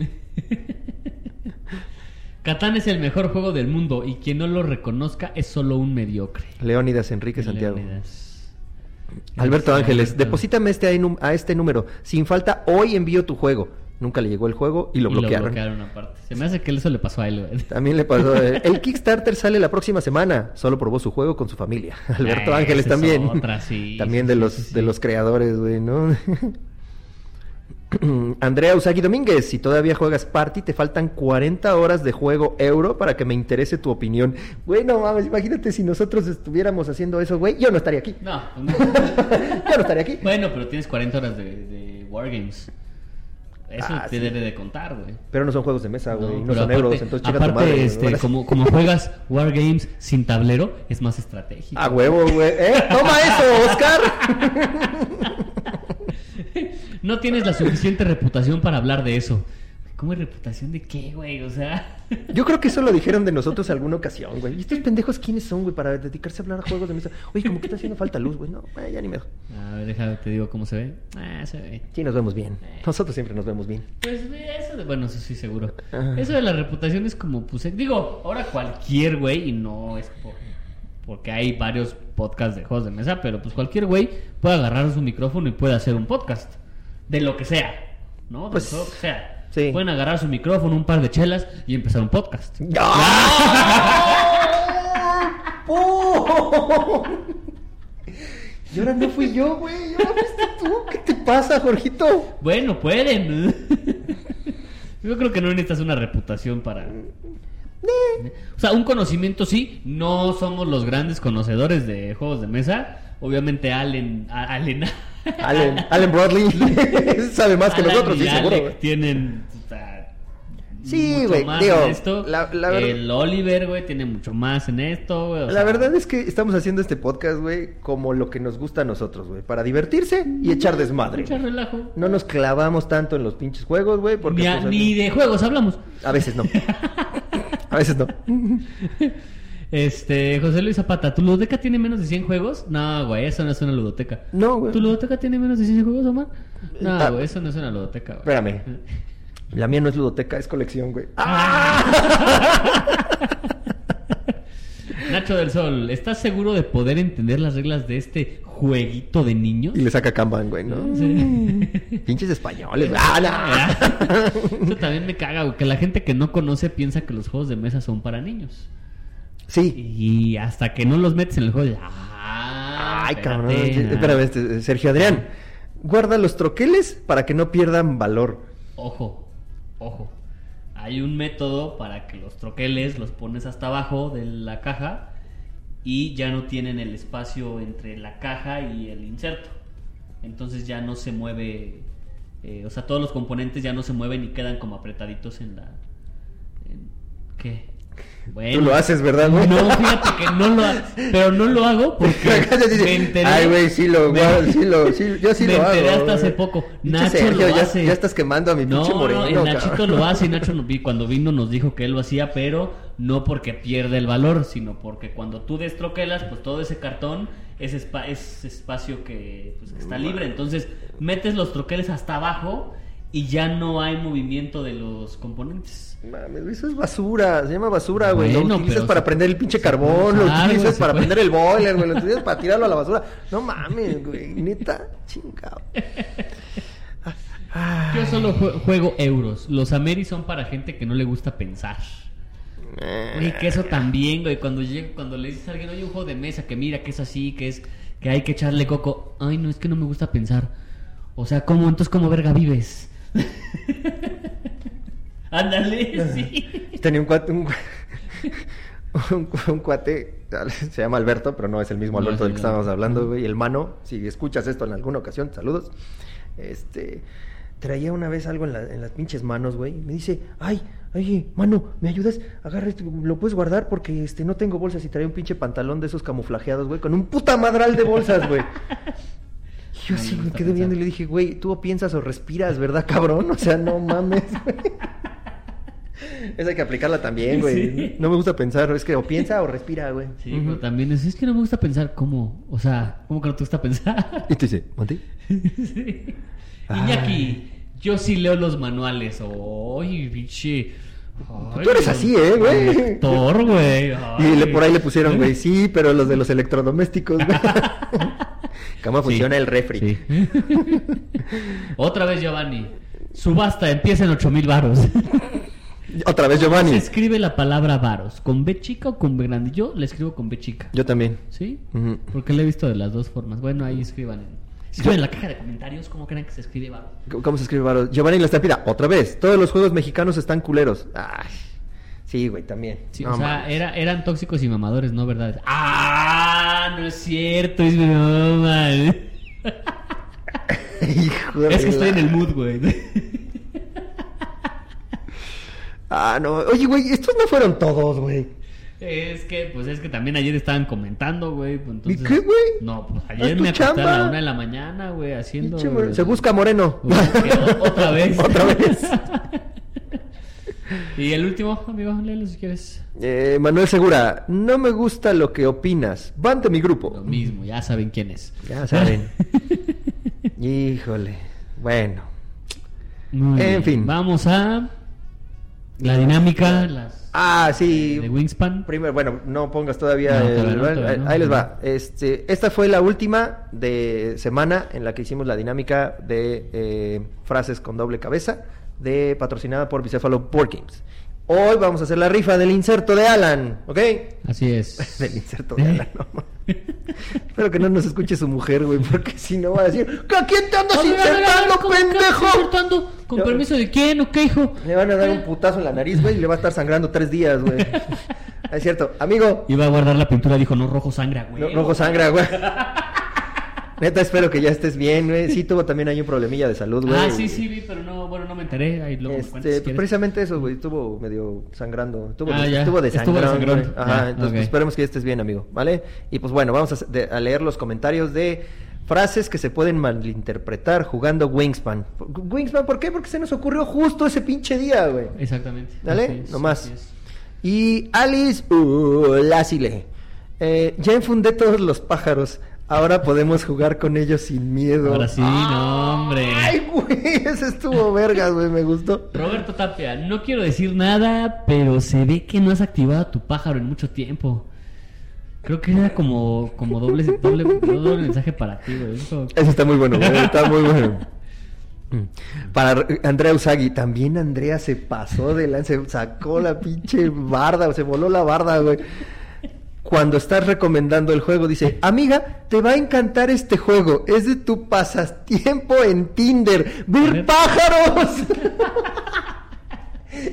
Catán es el mejor juego del mundo y quien no lo reconozca es solo un mediocre.
Leónidas Enrique Santiago.
Leónidas.
Alberto
Gracias,
Ángeles,
Alberto.
deposítame este ahí num- a este número. Sin falta, hoy envío tu juego. Nunca le llegó el juego y lo
Y
bloquearon.
aparte. Se me hace que eso le pasó a él, güey.
También le pasó. eh, El Kickstarter sale la próxima semana. Solo probó su juego con su familia. Alberto
Ah,
Ángeles
esa es
también.
otra, sí,
también
sí,
de
sí,
los
sí, sí.
de los creadores, güey, ¿no? Andrea Usagi Domínguez, si todavía juegas Party, te faltan 40 horas de juego euro para que me interese tu opinión. Güey, no mames, imagínate si nosotros estuviéramos haciendo eso, güey, yo no estaría aquí.
No.
yo no estaría aquí.
bueno, pero tienes 40 horas de, de Wargames. Eso
Ah,
te
sí.
debe de contar, güey.
Pero no son juegos de mesa, güey, no,
pero
son euros, entonces chica tu
aparte,
madre. güey,
este,
¿verdad?
como, como juegas Wargames sin tablero, es más estratégico.
A huevo, güey. ¿Eh? Toma eso, Oscar.
No tienes la suficiente reputación para hablar de eso. ¿Cómo es reputación de qué, güey? O sea.
Yo creo que eso lo dijeron de nosotros alguna ocasión, güey. ¿Y estos pendejos quiénes son, güey, para dedicarse a hablar a juegos de mesa? Oye, como que está haciendo falta luz, güey. No, eh, ya ni me...
A ver, déjame, te digo cómo se ve. Ah, se ve.
Sí, nos vemos bien. Nosotros siempre nos vemos bien.
Pues eh, eso, de- bueno, eso sí, seguro.
Ajá.
Eso de la reputación es como, pues, eh, digo, ahora cualquier güey, y no es por, porque hay varios podcasts de juegos de mesa, pero pues cualquier güey puede agarrar su micrófono y puede hacer un podcast. De lo que sea, ¿no? De
Pues,
lo que sea.
sí.
Pueden agarrar su micrófono, un par de chelas y empezar un podcast.
¡Oh! Y ahora no fui yo, güey. Y ahora fuiste tú. ¿Qué te pasa, Jorgito?
Bueno, pueden. Yo creo que no necesitas una reputación para. O sea, un conocimiento sí. No somos los grandes conocedores de juegos de mesa. Obviamente, Allen. A- Allen.
Allen, Allen Broadley sabe más que
Alan
nosotros,
y
sí, seguro.
Alec
güey.
Tienen. o sea,
Sí,
mucho
güey,
más
digo,
en esto.
la- la verdad-
El Oliver, güey, tiene mucho más en esto, güey. o
La
sea,
verdad es que estamos haciendo este podcast, güey, como lo que nos gusta a nosotros, güey. Para divertirse y echar desmadre.
Mucho relajo.
No nos clavamos tanto en los pinches juegos, güey, porque
Ni, a-
pues, a-
ni de juegos hablamos.
a veces no. A veces no.
Este, José Luis Zapata, ¿tu ludoteca tiene menos de 100 juegos? No, güey, eso no es una ludoteca.
No, güey.
¿Tu ludoteca tiene menos de 100 juegos, Omar?
Ah.
No, güey, eso no es una ludoteca, güey. Eh.
Espérame. La mía no es ludoteca, es colección, güey.
Ah. Nacho del Sol, ¿estás seguro de poder entender las reglas de este jueguito de niños?
Y le saca Kanban, güey, ¿no?
Sí.
Pinches españoles, güey. ¡Ah, no!
Eso también me caga, güey, que la gente que no conoce piensa que los juegos de mesa son para niños.
Sí.
Y hasta que no los metes en el juego, ah,
Ay, cabrón.
espérate, ah.
Espérame, este, Sergio Adrián. Guarda los troqueles para que no pierdan valor.
Ojo, ojo. Hay un método para que los troqueles los pones hasta abajo de la caja y ya no tienen el espacio entre la caja y el inserto. Entonces ya no se mueve, eh, o sea, todos los componentes ya no se mueven y quedan como apretaditos en la... en- ¿Qué? Bueno.
Tú lo haces, ¿verdad, güey?
No, fíjate que no lo hago, pero no lo hago porque me enteré.
Ay, güey, sí lo,
me-
guardo, sí lo, sí, yo sí
me
lo hago.
enteré hasta hace
güey.
poco.
Pinche
Nacho
Sergio,
lo
ya,
hace.
ya estás quemando a mi
No,
pinche moreno,
no, el Nachito
cabrón.
lo hace y Nacho lo vi cuando vino nos dijo que él lo hacía, pero no porque pierde el valor, sino porque cuando tú destroquelas, pues todo ese cartón es, espa- es espacio que, pues, que está libre. Entonces metes los troqueles hasta abajo y ya no hay movimiento de los componentes.
Mames, eso es basura, se llama basura, güey. lo
Bueno,
utilizas
pero
para
se-
prender el pinche
se
carbón,
puede
lo
usar,
utilizas
güey, se
para
puede.
prender el boiler, güey, lo utilizas para tirarlo a la basura. No mames, güey, neta, chingado. Ah,
Yo solo jue- juego euros. Los Ameri son para gente que no le gusta pensar. Güey, que eso también, güey. Cuando, llega- cuando le dices a alguien, oye, un juego de mesa, que mira, que es así, que es que hay que echarle coco. Ay, no, es que no me gusta pensar. O sea, ¿cómo? Entonces, ¿cómo verga vives? Ándale, sí.
Tenía un cuate, un, un- un cuate, se llama Alberto, pero no es el mismo
No,
Alberto del
es
que
el-
estábamos hablando, güey. El mano, si escuchas esto en alguna ocasión, saludos. Este, traía una vez algo en, la- en las pinches manos, güey. y Me dice, ay, oye, mano, ¿me ayudas? Agarra esto, lo puedes guardar porque este, no tengo bolsas y traía un pinche pantalón de esos camuflajeados, güey, con un puta madral de bolsas, güey. Y Yo
No,
así
no
me
está
quedé viendo
pensando.
y le dije, güey, tú o piensas o respiras, ¿verdad, cabrón? O sea, no mames, güey. Esa hay que aplicarla también, güey.
Sí.
No me gusta pensar, es que o piensa o respira, güey.
Sí,
Ujú.
pero también es, es que no me gusta pensar cómo. O sea, ¿cómo que no te gusta pensar?
Y te dice, ¿Monty?
Sí. Iñaki, yo sí leo los manuales. Oye, pinche. Ay,
Tú eres así, ¿eh, güey?
Lector, güey.
Y
Ay.
le- por ahí le pusieron, güey, sí, pero los de los electrodomésticos, güey. ¿Cómo
Sí.
funciona el refri?
Sí. Otra vez, Giovanni. Subasta empieza en 8 mil varos.
Otra vez
Se
Giovanni.
escribe la palabra varos. ¿Con B chica o con B grande? Yo le escribo con B chica.
Yo también.
¿Sí?
Ujú.
Porque le he visto de las dos formas. Bueno, ahí escriban. en- Escriban en la caja de comentarios cómo creen que se escribe varos.
¿Cómo- ¿Cómo se escribe Varo? Giovanni la estampida, otra vez. Todos los juegos mexicanos están culeros. Ay. Sí, güey, también.
Sí,
No
o sea,
mames.
era, eran tóxicos y mamadores, no verdad. ¡Ah! No es cierto, es broma.
Hijo de
Es que estoy
la-
en el mood, güey.
Ah, no. Oye, güey, estos no fueron todos, güey.
Es que, pues es que también ayer estaban comentando, güey. pues,
¿Y
entonces-
qué, güey?
No, pues
Haz
ayer
tu
me acosté
chamba.
a la una de la mañana, güey, haciendo.
Pinche Moreno. Se busca Moreno.
Uy, que- Otra vez.
Otra vez.
y el último, amigo, léelo si quieres.
Eh, Manuel Segura, no me gusta lo que opinas. Van de mi
Lo
grupo.
mismo, ya saben quién es.
Ya saben. Híjole. Bueno.
Muy
En fin.
Vamos a la dinámica, las
Ah, sí.
Eh, de Wingspan.
Primero, bueno, no pongas todavía.
No,
el-
todavía no, todavía no.
Ahí les va. Este, esta fue la última de semana en la que hicimos la dinámica de eh, frases con doble cabeza, de patrocinada por Bicéfalo Board Games. Hoy vamos a hacer la rifa del inserto de Alan, ¿ok?
Así es. Eh.
Del inserto de Alan, no mames. Espero que no nos escuche su mujer, güey, porque si no va a decir ¿que ¿A quién te andas
A ver, a ver, a ver,
insertando,
¿cómo que
pendejo?
estás insertando? ¿Con
Yo-
permiso de quién o qué, hijo?
Le van a dar un putazo en la nariz, güey, y le va a estar sangrando tres días, güey. Ah, es cierto. Amigo,
Iba a guardar la pintura, dijo, no, rojo sangra, güey.
no- rojo sangra, güey. Neta, espero que ya estés bien, güey. Sí, tuvo también ahí un problemilla de salud, güey.
Ah, sí, sí, vi, pero no, bueno, no me enteré. Ahí luego me
Este,
cuentas si
pues,
quieres.
precisamente eso, güey, estuvo medio sangrando, estuvo,
Ah, ya.
estuvo de
Estuvo de
sangrón,
sangrón.
güey. Ajá,
Ya,
entonces pues,
ok.
esperemos que ya estés bien, amigo, ¿vale? Y pues bueno, vamos a, s- de- a leer los comentarios de frases que se pueden malinterpretar jugando Wingspan. Wingspan, ¿por qué? Porque se nos ocurrió justo ese pinche día, güey.
Exactamente.
Dale,
Así es,
nomás.
así es.
Y Alice Lásile. Eh, ya enfundé todos los pájaros. Ahora podemos jugar con ellos sin miedo.
Ahora sí, no, hombre.
Ay, güey, ese estuvo vergas, güey, me gustó.
Roberto Tapia, no quiero decir nada, pero se ve que no has activado a tu pájaro en mucho tiempo. Creo que era como, como doble, doble, doble mensaje para ti, güey. Es como-
Ese está muy bueno, güey, está muy bueno. Mm. Para Andrea Usagi, también Andrea se pasó de lanza, se sacó la pinche barda, se voló la barda, güey. Cuando estás recomendando el juego, dice, amiga, te va a encantar este juego, es de tu pasastiempo en Tinder, ver
Ver-
pájaros.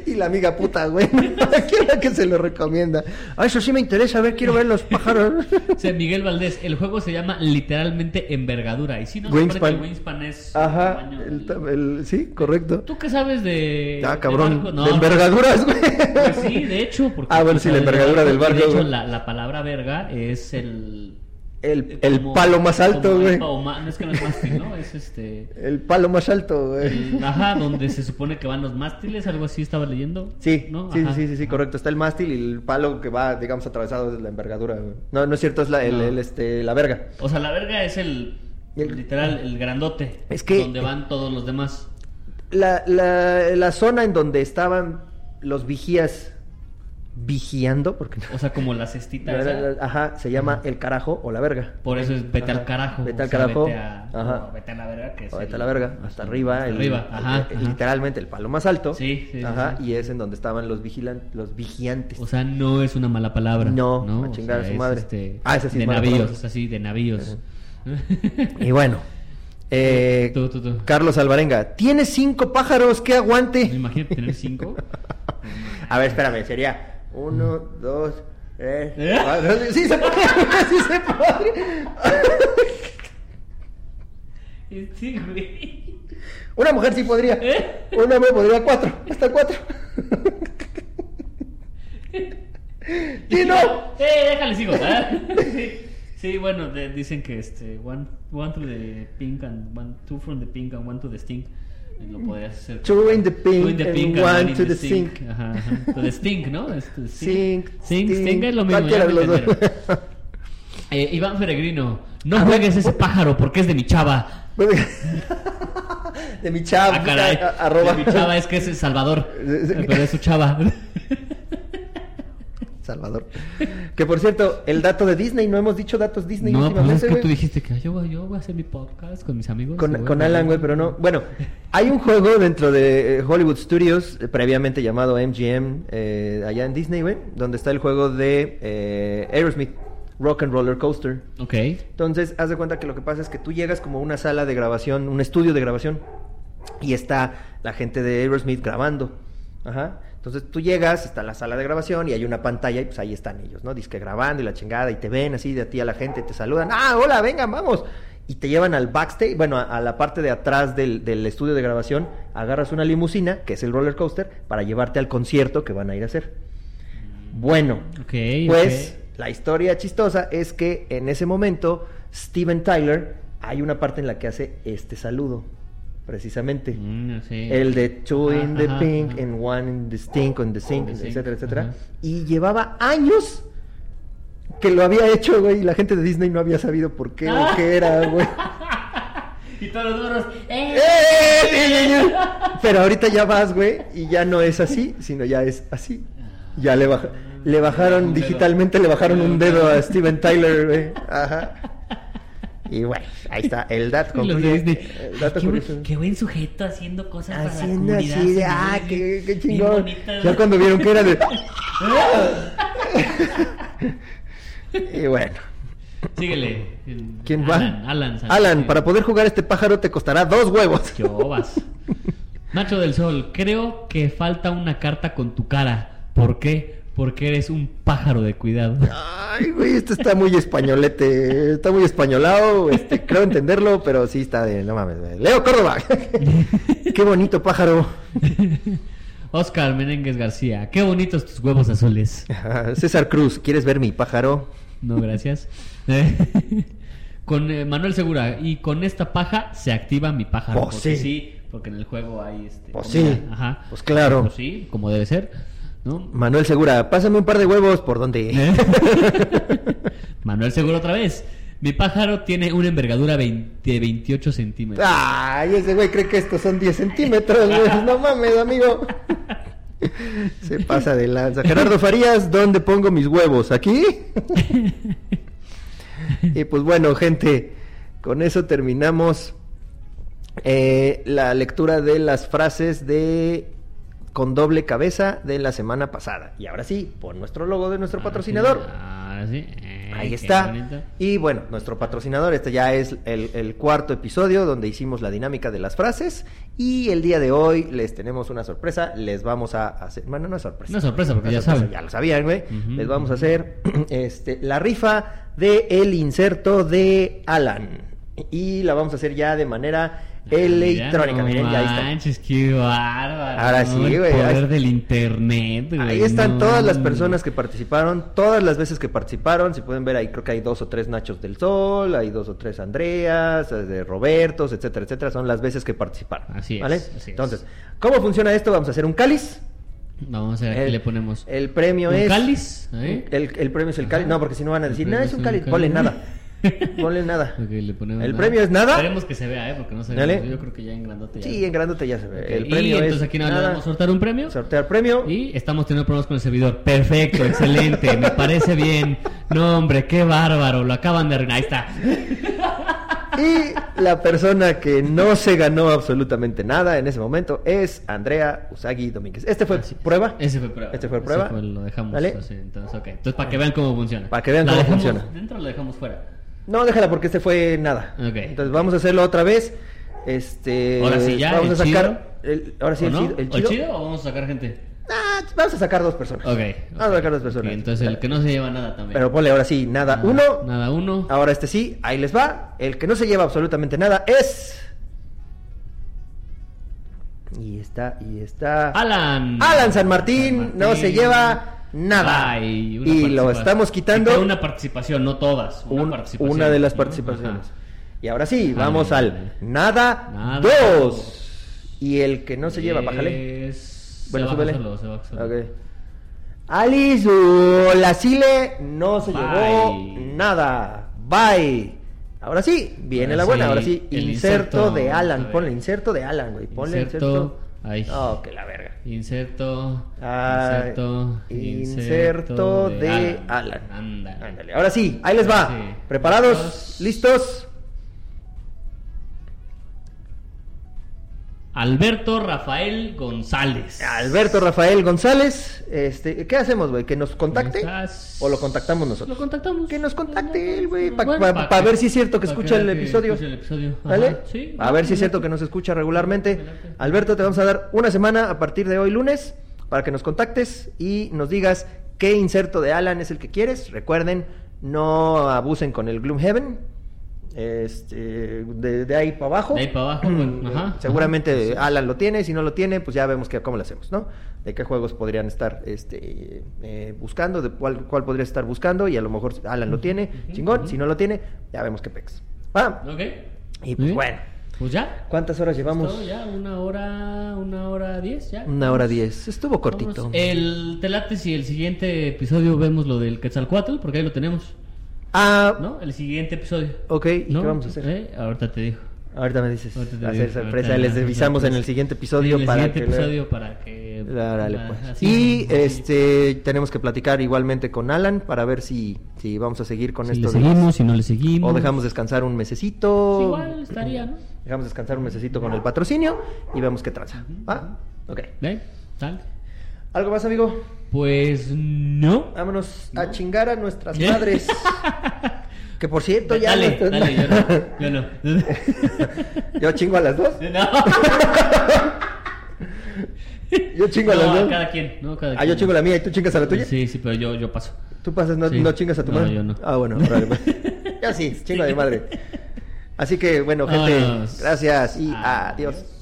y la amiga puta, güey, ¿quién es la que se lo recomienda? Ah, eso sí me interesa, a ver, quiero ver los pájaros.
O sea, Miguel Valdés, el juego se llama literalmente envergadura. Y si no,
Wingspan.
me parece que Wingspan es.
Ajá,
tamaño
el
del-
ta- el- sí, correcto.
¿Tú qué sabes de.
Ah,
de
cabrón.
Eh, barco?
De,
No,
envergaduras, güey.
Pues sí, de hecho. Porque,
Ah, bueno,
o
sí,
sea,
la
de
envergadura del barco,
De hecho,
güey.
la, la palabra verga es el.
El, el
como-
palo más alto,
como el
güey.
pa- o ma- No es que no es mástil, ¿no? Es este.
El palo más alto, güey.
el- Ajá, donde se supone que van los mástiles, algo así estaba leyendo.
Sí,
¿no?
sí,
Ajá.
sí, sí, sí, correcto. Está el mástil y el palo que va, digamos, atravesado es la envergadura, güey. No, no es cierto, es la, el,
No.
el, este, la verga.
O sea, la verga es el.
El-
Literal, el grandote.
Es que-
Donde van todos los demás.
La, la, la zona en donde estaban los vigías vigiando, porque
O sea, como la cestita.
La-
esa.
la- la- Ajá, se llama el carajo o la verga.
Por eso es vete
Ajá.
al carajo.
Vete
o
al
sea,
carajo.
Vete a,
Ajá.
o vete a la verga. Que es
O vete
el-
a la verga, hasta arriba.
Hasta
el- eh,
arriba, ajá,
el-
ajá.
Literalmente el palo más alto.
Sí, sí, sí,
Ajá,
sí.
y es en donde estaban los, vigilan- los vigiantes.
O sea, no es una mala palabra.
No,
¿no?
a
O
chingar a su
es,
madre.
este,
Ah, esa sí es
De
mala
navíos,
palabra.
es así, de navíos.
Y bueno, eh,
Tú, tú, tú.
Carlos Alvarenga, tiene cinco pájaros, que
No,
aguante.
Imagínate tener cinco.
A ver, espérame, sería uno, dos, tres.
¿Eh?
cuatro. Sí se puede, sí se puede.
Este güey.
Una mujer sí podría.
¿Eh?
Un hombre podría cuatro, hasta cuatro. Sí, no.
¡Eh, déjale, sigo! ¿verdad? Sí, sí, bueno, de- dicen que este, one, one to the pink and one, two from the pink and one to the stink. Eh, Lo podrías hacer.
Two in the pink and one
in
to the
stink.
sink.
Ajá, ajá. To the stink, ¿no? Es to the
Sing,
Sink, stink es lo mismo.
cualquiera
ya
de los
me
dos.
entendieron. Eh, Iván Peregrino, no
Ah,
juegues ese pájaro porque es de mi chava.
De mi chava.
Ah, caray.
a- arroba.
De mi chava es que es el Salvador.
Sí, sí.
eh, Pero es su chava.
Salvador. Que por cierto, el dato de Disney, no hemos dicho datos Disney
No, pues es
últimamente.
que tú
güey.
dijiste que yo, voy- yo voy a hacer mi podcast con mis amigos. y
con,
voy a
con
hablar".
Alan, güey, pero no. Bueno, hay un juego dentro de eh, Hollywood Studios, eh, previamente llamado MGM, eh, allá en Disney, güey, donde está el juego de eh, Aerosmith, Rock and Roller Coaster.
Ok.
Entonces, haz de cuenta que lo que pasa es que tú llegas como a una sala de grabación, un estudio de grabación, y está la gente de Aerosmith grabando. Ajá. Entonces tú llegas, está la sala de grabación y hay una pantalla y pues ahí están ellos, ¿no? Disque grabando y la chingada y te ven así de a ti a la gente, te saludan, ah, hola, vengan, vamos. Y te llevan al backstage, bueno, a, a la parte de atrás del, del estudio de grabación, agarras una limusina, que es el roller coaster, para llevarte al concierto que van a ir a hacer. Bueno,
Ok.
pues
ok.
la historia chistosa es que en ese momento Steven Tyler hay una parte en la que hace este saludo, precisamente.
Mm, sí.
El de two
Ajá,
in the
ajá,
pink
ajá.
and one in the stink, on the sink,
the sink,
etcétera, etcétera.
ajá.
Y llevaba años que lo había hecho, güey, y la gente de Disney no había sabido por qué o qué era, güey.
Ah. Y todos los otros. ¡Eh!
¡Eh, eh, eh, eh, eh! Pero ahorita ya vas, güey, y ya no es así, sino ya es así. Ya le, baja- le bajaron
Un dedo.
digitalmente, le bajaron un dedo a Steven Tyler, güey. Ajá. Y bueno, ahí está, el dato
Y los de
concluye-
Disney.
el
Ay,
dato
qué, buen-
curioso.
qué buen sujeto haciendo cosas
Haciendo
para la comunidad.
así de,
sí,
ah,
sí,
qué, qué
bien
chingón.
bonito.
Ya cuando vieron que era de. y bueno.
Síguele. El-
¿Quién va?
Alan, Alan. Sánchez.
Alan, para poder jugar este pájaro te costará dos huevos.
Qué obas. Nacho del Sol, creo que falta una carta con tu cara. ¿Por qué? Porque eres un pájaro de cuidado.
Ay, güey, este está muy españolete, está muy españolado, este, creo entenderlo, pero sí está de, no mames, güey. Leo Córdoba. Qué bonito pájaro.
Oscar Menéndez García, qué bonitos tus huevos azules.
César Cruz, ¿quieres ver mi pájaro?
No, gracias. Eh, con eh, Manuel Segura, y con esta paja se activa mi pájaro.
Pues
porque
sí.
porque en el juego hay este.
Pues
comida.
sí, pues claro.
Pues sí, como debe ser. ¿no?
Manuel Segura, pásame un par de huevos por donde.
¿Eh? Manuel Segura otra vez. Mi pájaro tiene una envergadura 20 de 28 centímetros.
Ah, Ay, ese güey cree que estos son 10 centímetros, güey. No mames, amigo. Se pasa de lanza. Gerardo Farías, ¿dónde pongo mis huevos? ¿Aquí? Y pues bueno, gente, con eso terminamos eh, la lectura de las frases de con doble cabeza de la semana pasada. Y ahora sí, por nuestro logo de nuestro patrocinador.
Ahora Ah, sí. Eh,
Ahí
qué
está.
bonito.
Y bueno, nuestro patrocinador, este ya es el, el cuarto episodio donde hicimos la dinámica de las frases. Y el día de hoy les tenemos una sorpresa. Les vamos a hacer. Bueno, no es sorpresa.
Una sorpresa, porque
Una
ya
sorpresa,
saben.
Ya lo sabían, güey.
Ujú,
Les vamos a hacer este, la rifa de el inserto de Alan. Y la vamos a hacer ya de manera electrónica.
Ya Ah, no
Miren, ya ahí está.
manches, qué bárbaro.
Ahora sí, güey,
El poder
ahí-
del internet, güey.
Ahí están
no.
todas las personas que participaron, todas las veces que participaron, si pueden ver ahí creo que hay dos o tres Nachos del Sol, hay dos o tres Andreas, eh, de Robertos, etcétera, etcétera, son las veces que participaron.
Así es, así es.
Entonces, ¿cómo funciona esto? Vamos a hacer un cáliz.
Vamos a ver, aquí
El-
le ponemos.
El premio
¿Un
es...
cáliz? ¿Eh?
El, el premio es el
Ajá.
cáliz. No, porque si no van a
El
decir, no,
premio
es un cáliz. Ponle nada. Ponle nada.
Ok, le ponemos
¿El premio es nada?
Esperemos que se vea, ¿eh? Porque no sabemos.
Dale.
Yo creo que ya en grandote ya.
Sí, en grandote ya se ve.
Ok,
El
y
premio es.
entonces aquí nada, más le vamos a sortear un premio.
Sortear premio.
Y estamos teniendo problemas con el servidor. Perfecto, excelente, me parece bien. No, hombre, qué bárbaro, lo acaban de arruinar. Ahí está.
Y la persona que no se ganó absolutamente nada en ese momento es Andrea Usagi Domínguez. Este fue prueba.
Ese fue prueba.
Este fue
Ese
prueba.
lo dejamos
Dale.
así, entonces, ok. Entonces, para que vean cómo funciona.
Para que vean
¿La
cómo
dejamos
funciona.
¿Dentro o la dejamos fuera?
No, déjala porque este fue nada.
Ok.
Entonces vamos a hacerlo otra vez. Este.
Ahora sí ya,
Vamos
el
a sacar. el- ahora sí,
¿O
el,
no?
chido, el
¿O
chido.
o vamos a sacar gente?
Ah, vamos a sacar dos personas.
Ok. ok.
Vamos a sacar dos personas.
Y entonces, el que no se lleva nada también.
Pero ponle ahora sí, nada.
Nada-
Uno.
Nada, uno.
Ahora este sí, ahí les va. El que no se lleva absolutamente nada es. Y está, y está.
Ah, Alan.
Alan San Martín,
San Martín.
no se lleva nada.
Ay, una
y lo
participa-
estamos quitando
Quitó Una participación, no todas. Una,
un-
participación,
una de las
¿no?
participaciones.
Ajá.
Y ahora sí,
Ajá.
vamos al nada,
Nada.
dos. Y el que no se lleva, bájale.
Es-
Bueno,
se
súbele.
baja solo, se baja solo.
Ok. Alice Ulacile no se
Bye.
llevó nada. Bye. Ahora sí, viene
Ahora
la buena.
sí,
Ahora sí,
el
inserto,
inserto.
de
A
Alan.
ver.
Ponle inserto de Alan, güey. Ponle inserto.
Inserto. Ay.
Oh, que la verga.
Inserto.
Ah,
inserto.
inserto de Alan.
Ándale.
Ándale, ahora sí, ahí les va.
Sí.
¿Preparados? ¿Listos?
Alberto Rafael González.
Alberto Rafael González, este, ¿qué hacemos, güey? ¿Que nos contacte?
¿Estás?
¿O lo contactamos nosotros?
Lo contactamos.
Que nos contacte él, güey, pa-
Bueno,
pa-
pa'
pa'
que-
ver si es cierto que
pa'
escucha el
que
episodio.
escuche el episodio. Ajá,
¿Vale?
sí.
a ver si es cierto que nos escucha regularmente.
Adelante.
Alberto, te vamos a dar una semana a partir de hoy lunes para que nos contactes y nos digas qué inserto de Alan es el que quieres. Recuerden, no abusen con el Gloomhaven. Este, de, de ahí para abajo.
De ahí para abajo, bueno, ajá,
Seguramente
ajá, sí.
Alan lo tiene, si no lo tiene, pues ya vemos que, cómo lo hacemos, ¿no? De qué juegos podrían estar este, eh, buscando, de cuál, cuál podría estar buscando, y a lo mejor Alan lo tiene,
Ujú,
chingón,
ujú.
si no lo tiene, ya vemos qué pex. Va.
Ok.
Y
Muy
pues
bien.
bueno,
Pues ya.
¿cuántas horas llevamos?
Todo ya, una hora, una hora diez ya.
Una hora diez. Estuvo cortito.
Vámonos. El te late si el siguiente episodio vemos lo del Quetzalcoatl, porque ahí lo tenemos,
Ah,
¿no? El siguiente episodio.
ok, ¿y
¿No?
qué vamos a hacer?
Eh, Ahorita te digo.
Ahorita me dices.
Ahorita te
Va a
digo,
ser sorpresa,
ahorita
les
la-
avisamos en
sorpresa.
el siguiente episodio
Sí, en el
para
siguiente
que...
episodio para que
Órale,
ah,
pues.
así,
Y
así.
este tenemos que platicar igualmente con Alan para ver si, si vamos a seguir con
si le
esto. de-
seguimos, si no le seguimos.
O dejamos descansar un mesecito.
Sí, Pues igual estaría, ¿no?
Dejamos descansar un mesecito con el patrocinio y vemos qué tranza. ¿Va? Ok.
¿Ve? ¿Eh? Tal.
¿Algo más, amigo?
Pues no.
Vámonos a chingar a nuestras
¿Eh?
madres. que por cierto, ya.
dale,
nuestras-
dale, yo no. Yo no.
Yo chingo a las dos. Yo chingo a
No,
las dos.
cada quien, no, cada
Ah, yo
quien.
chingo a la mía y tú chingas a la tuya.
Sí, sí, pero yo, yo paso.
Tú pasas, no,
Sí.
no chingas a tu
No,
madre.
yo no.
Ah, bueno, órale, pues. yo sí, chingo a mi madre. Así que, bueno, gente,
Vámonos.
gracias y
Adiós.
adiós.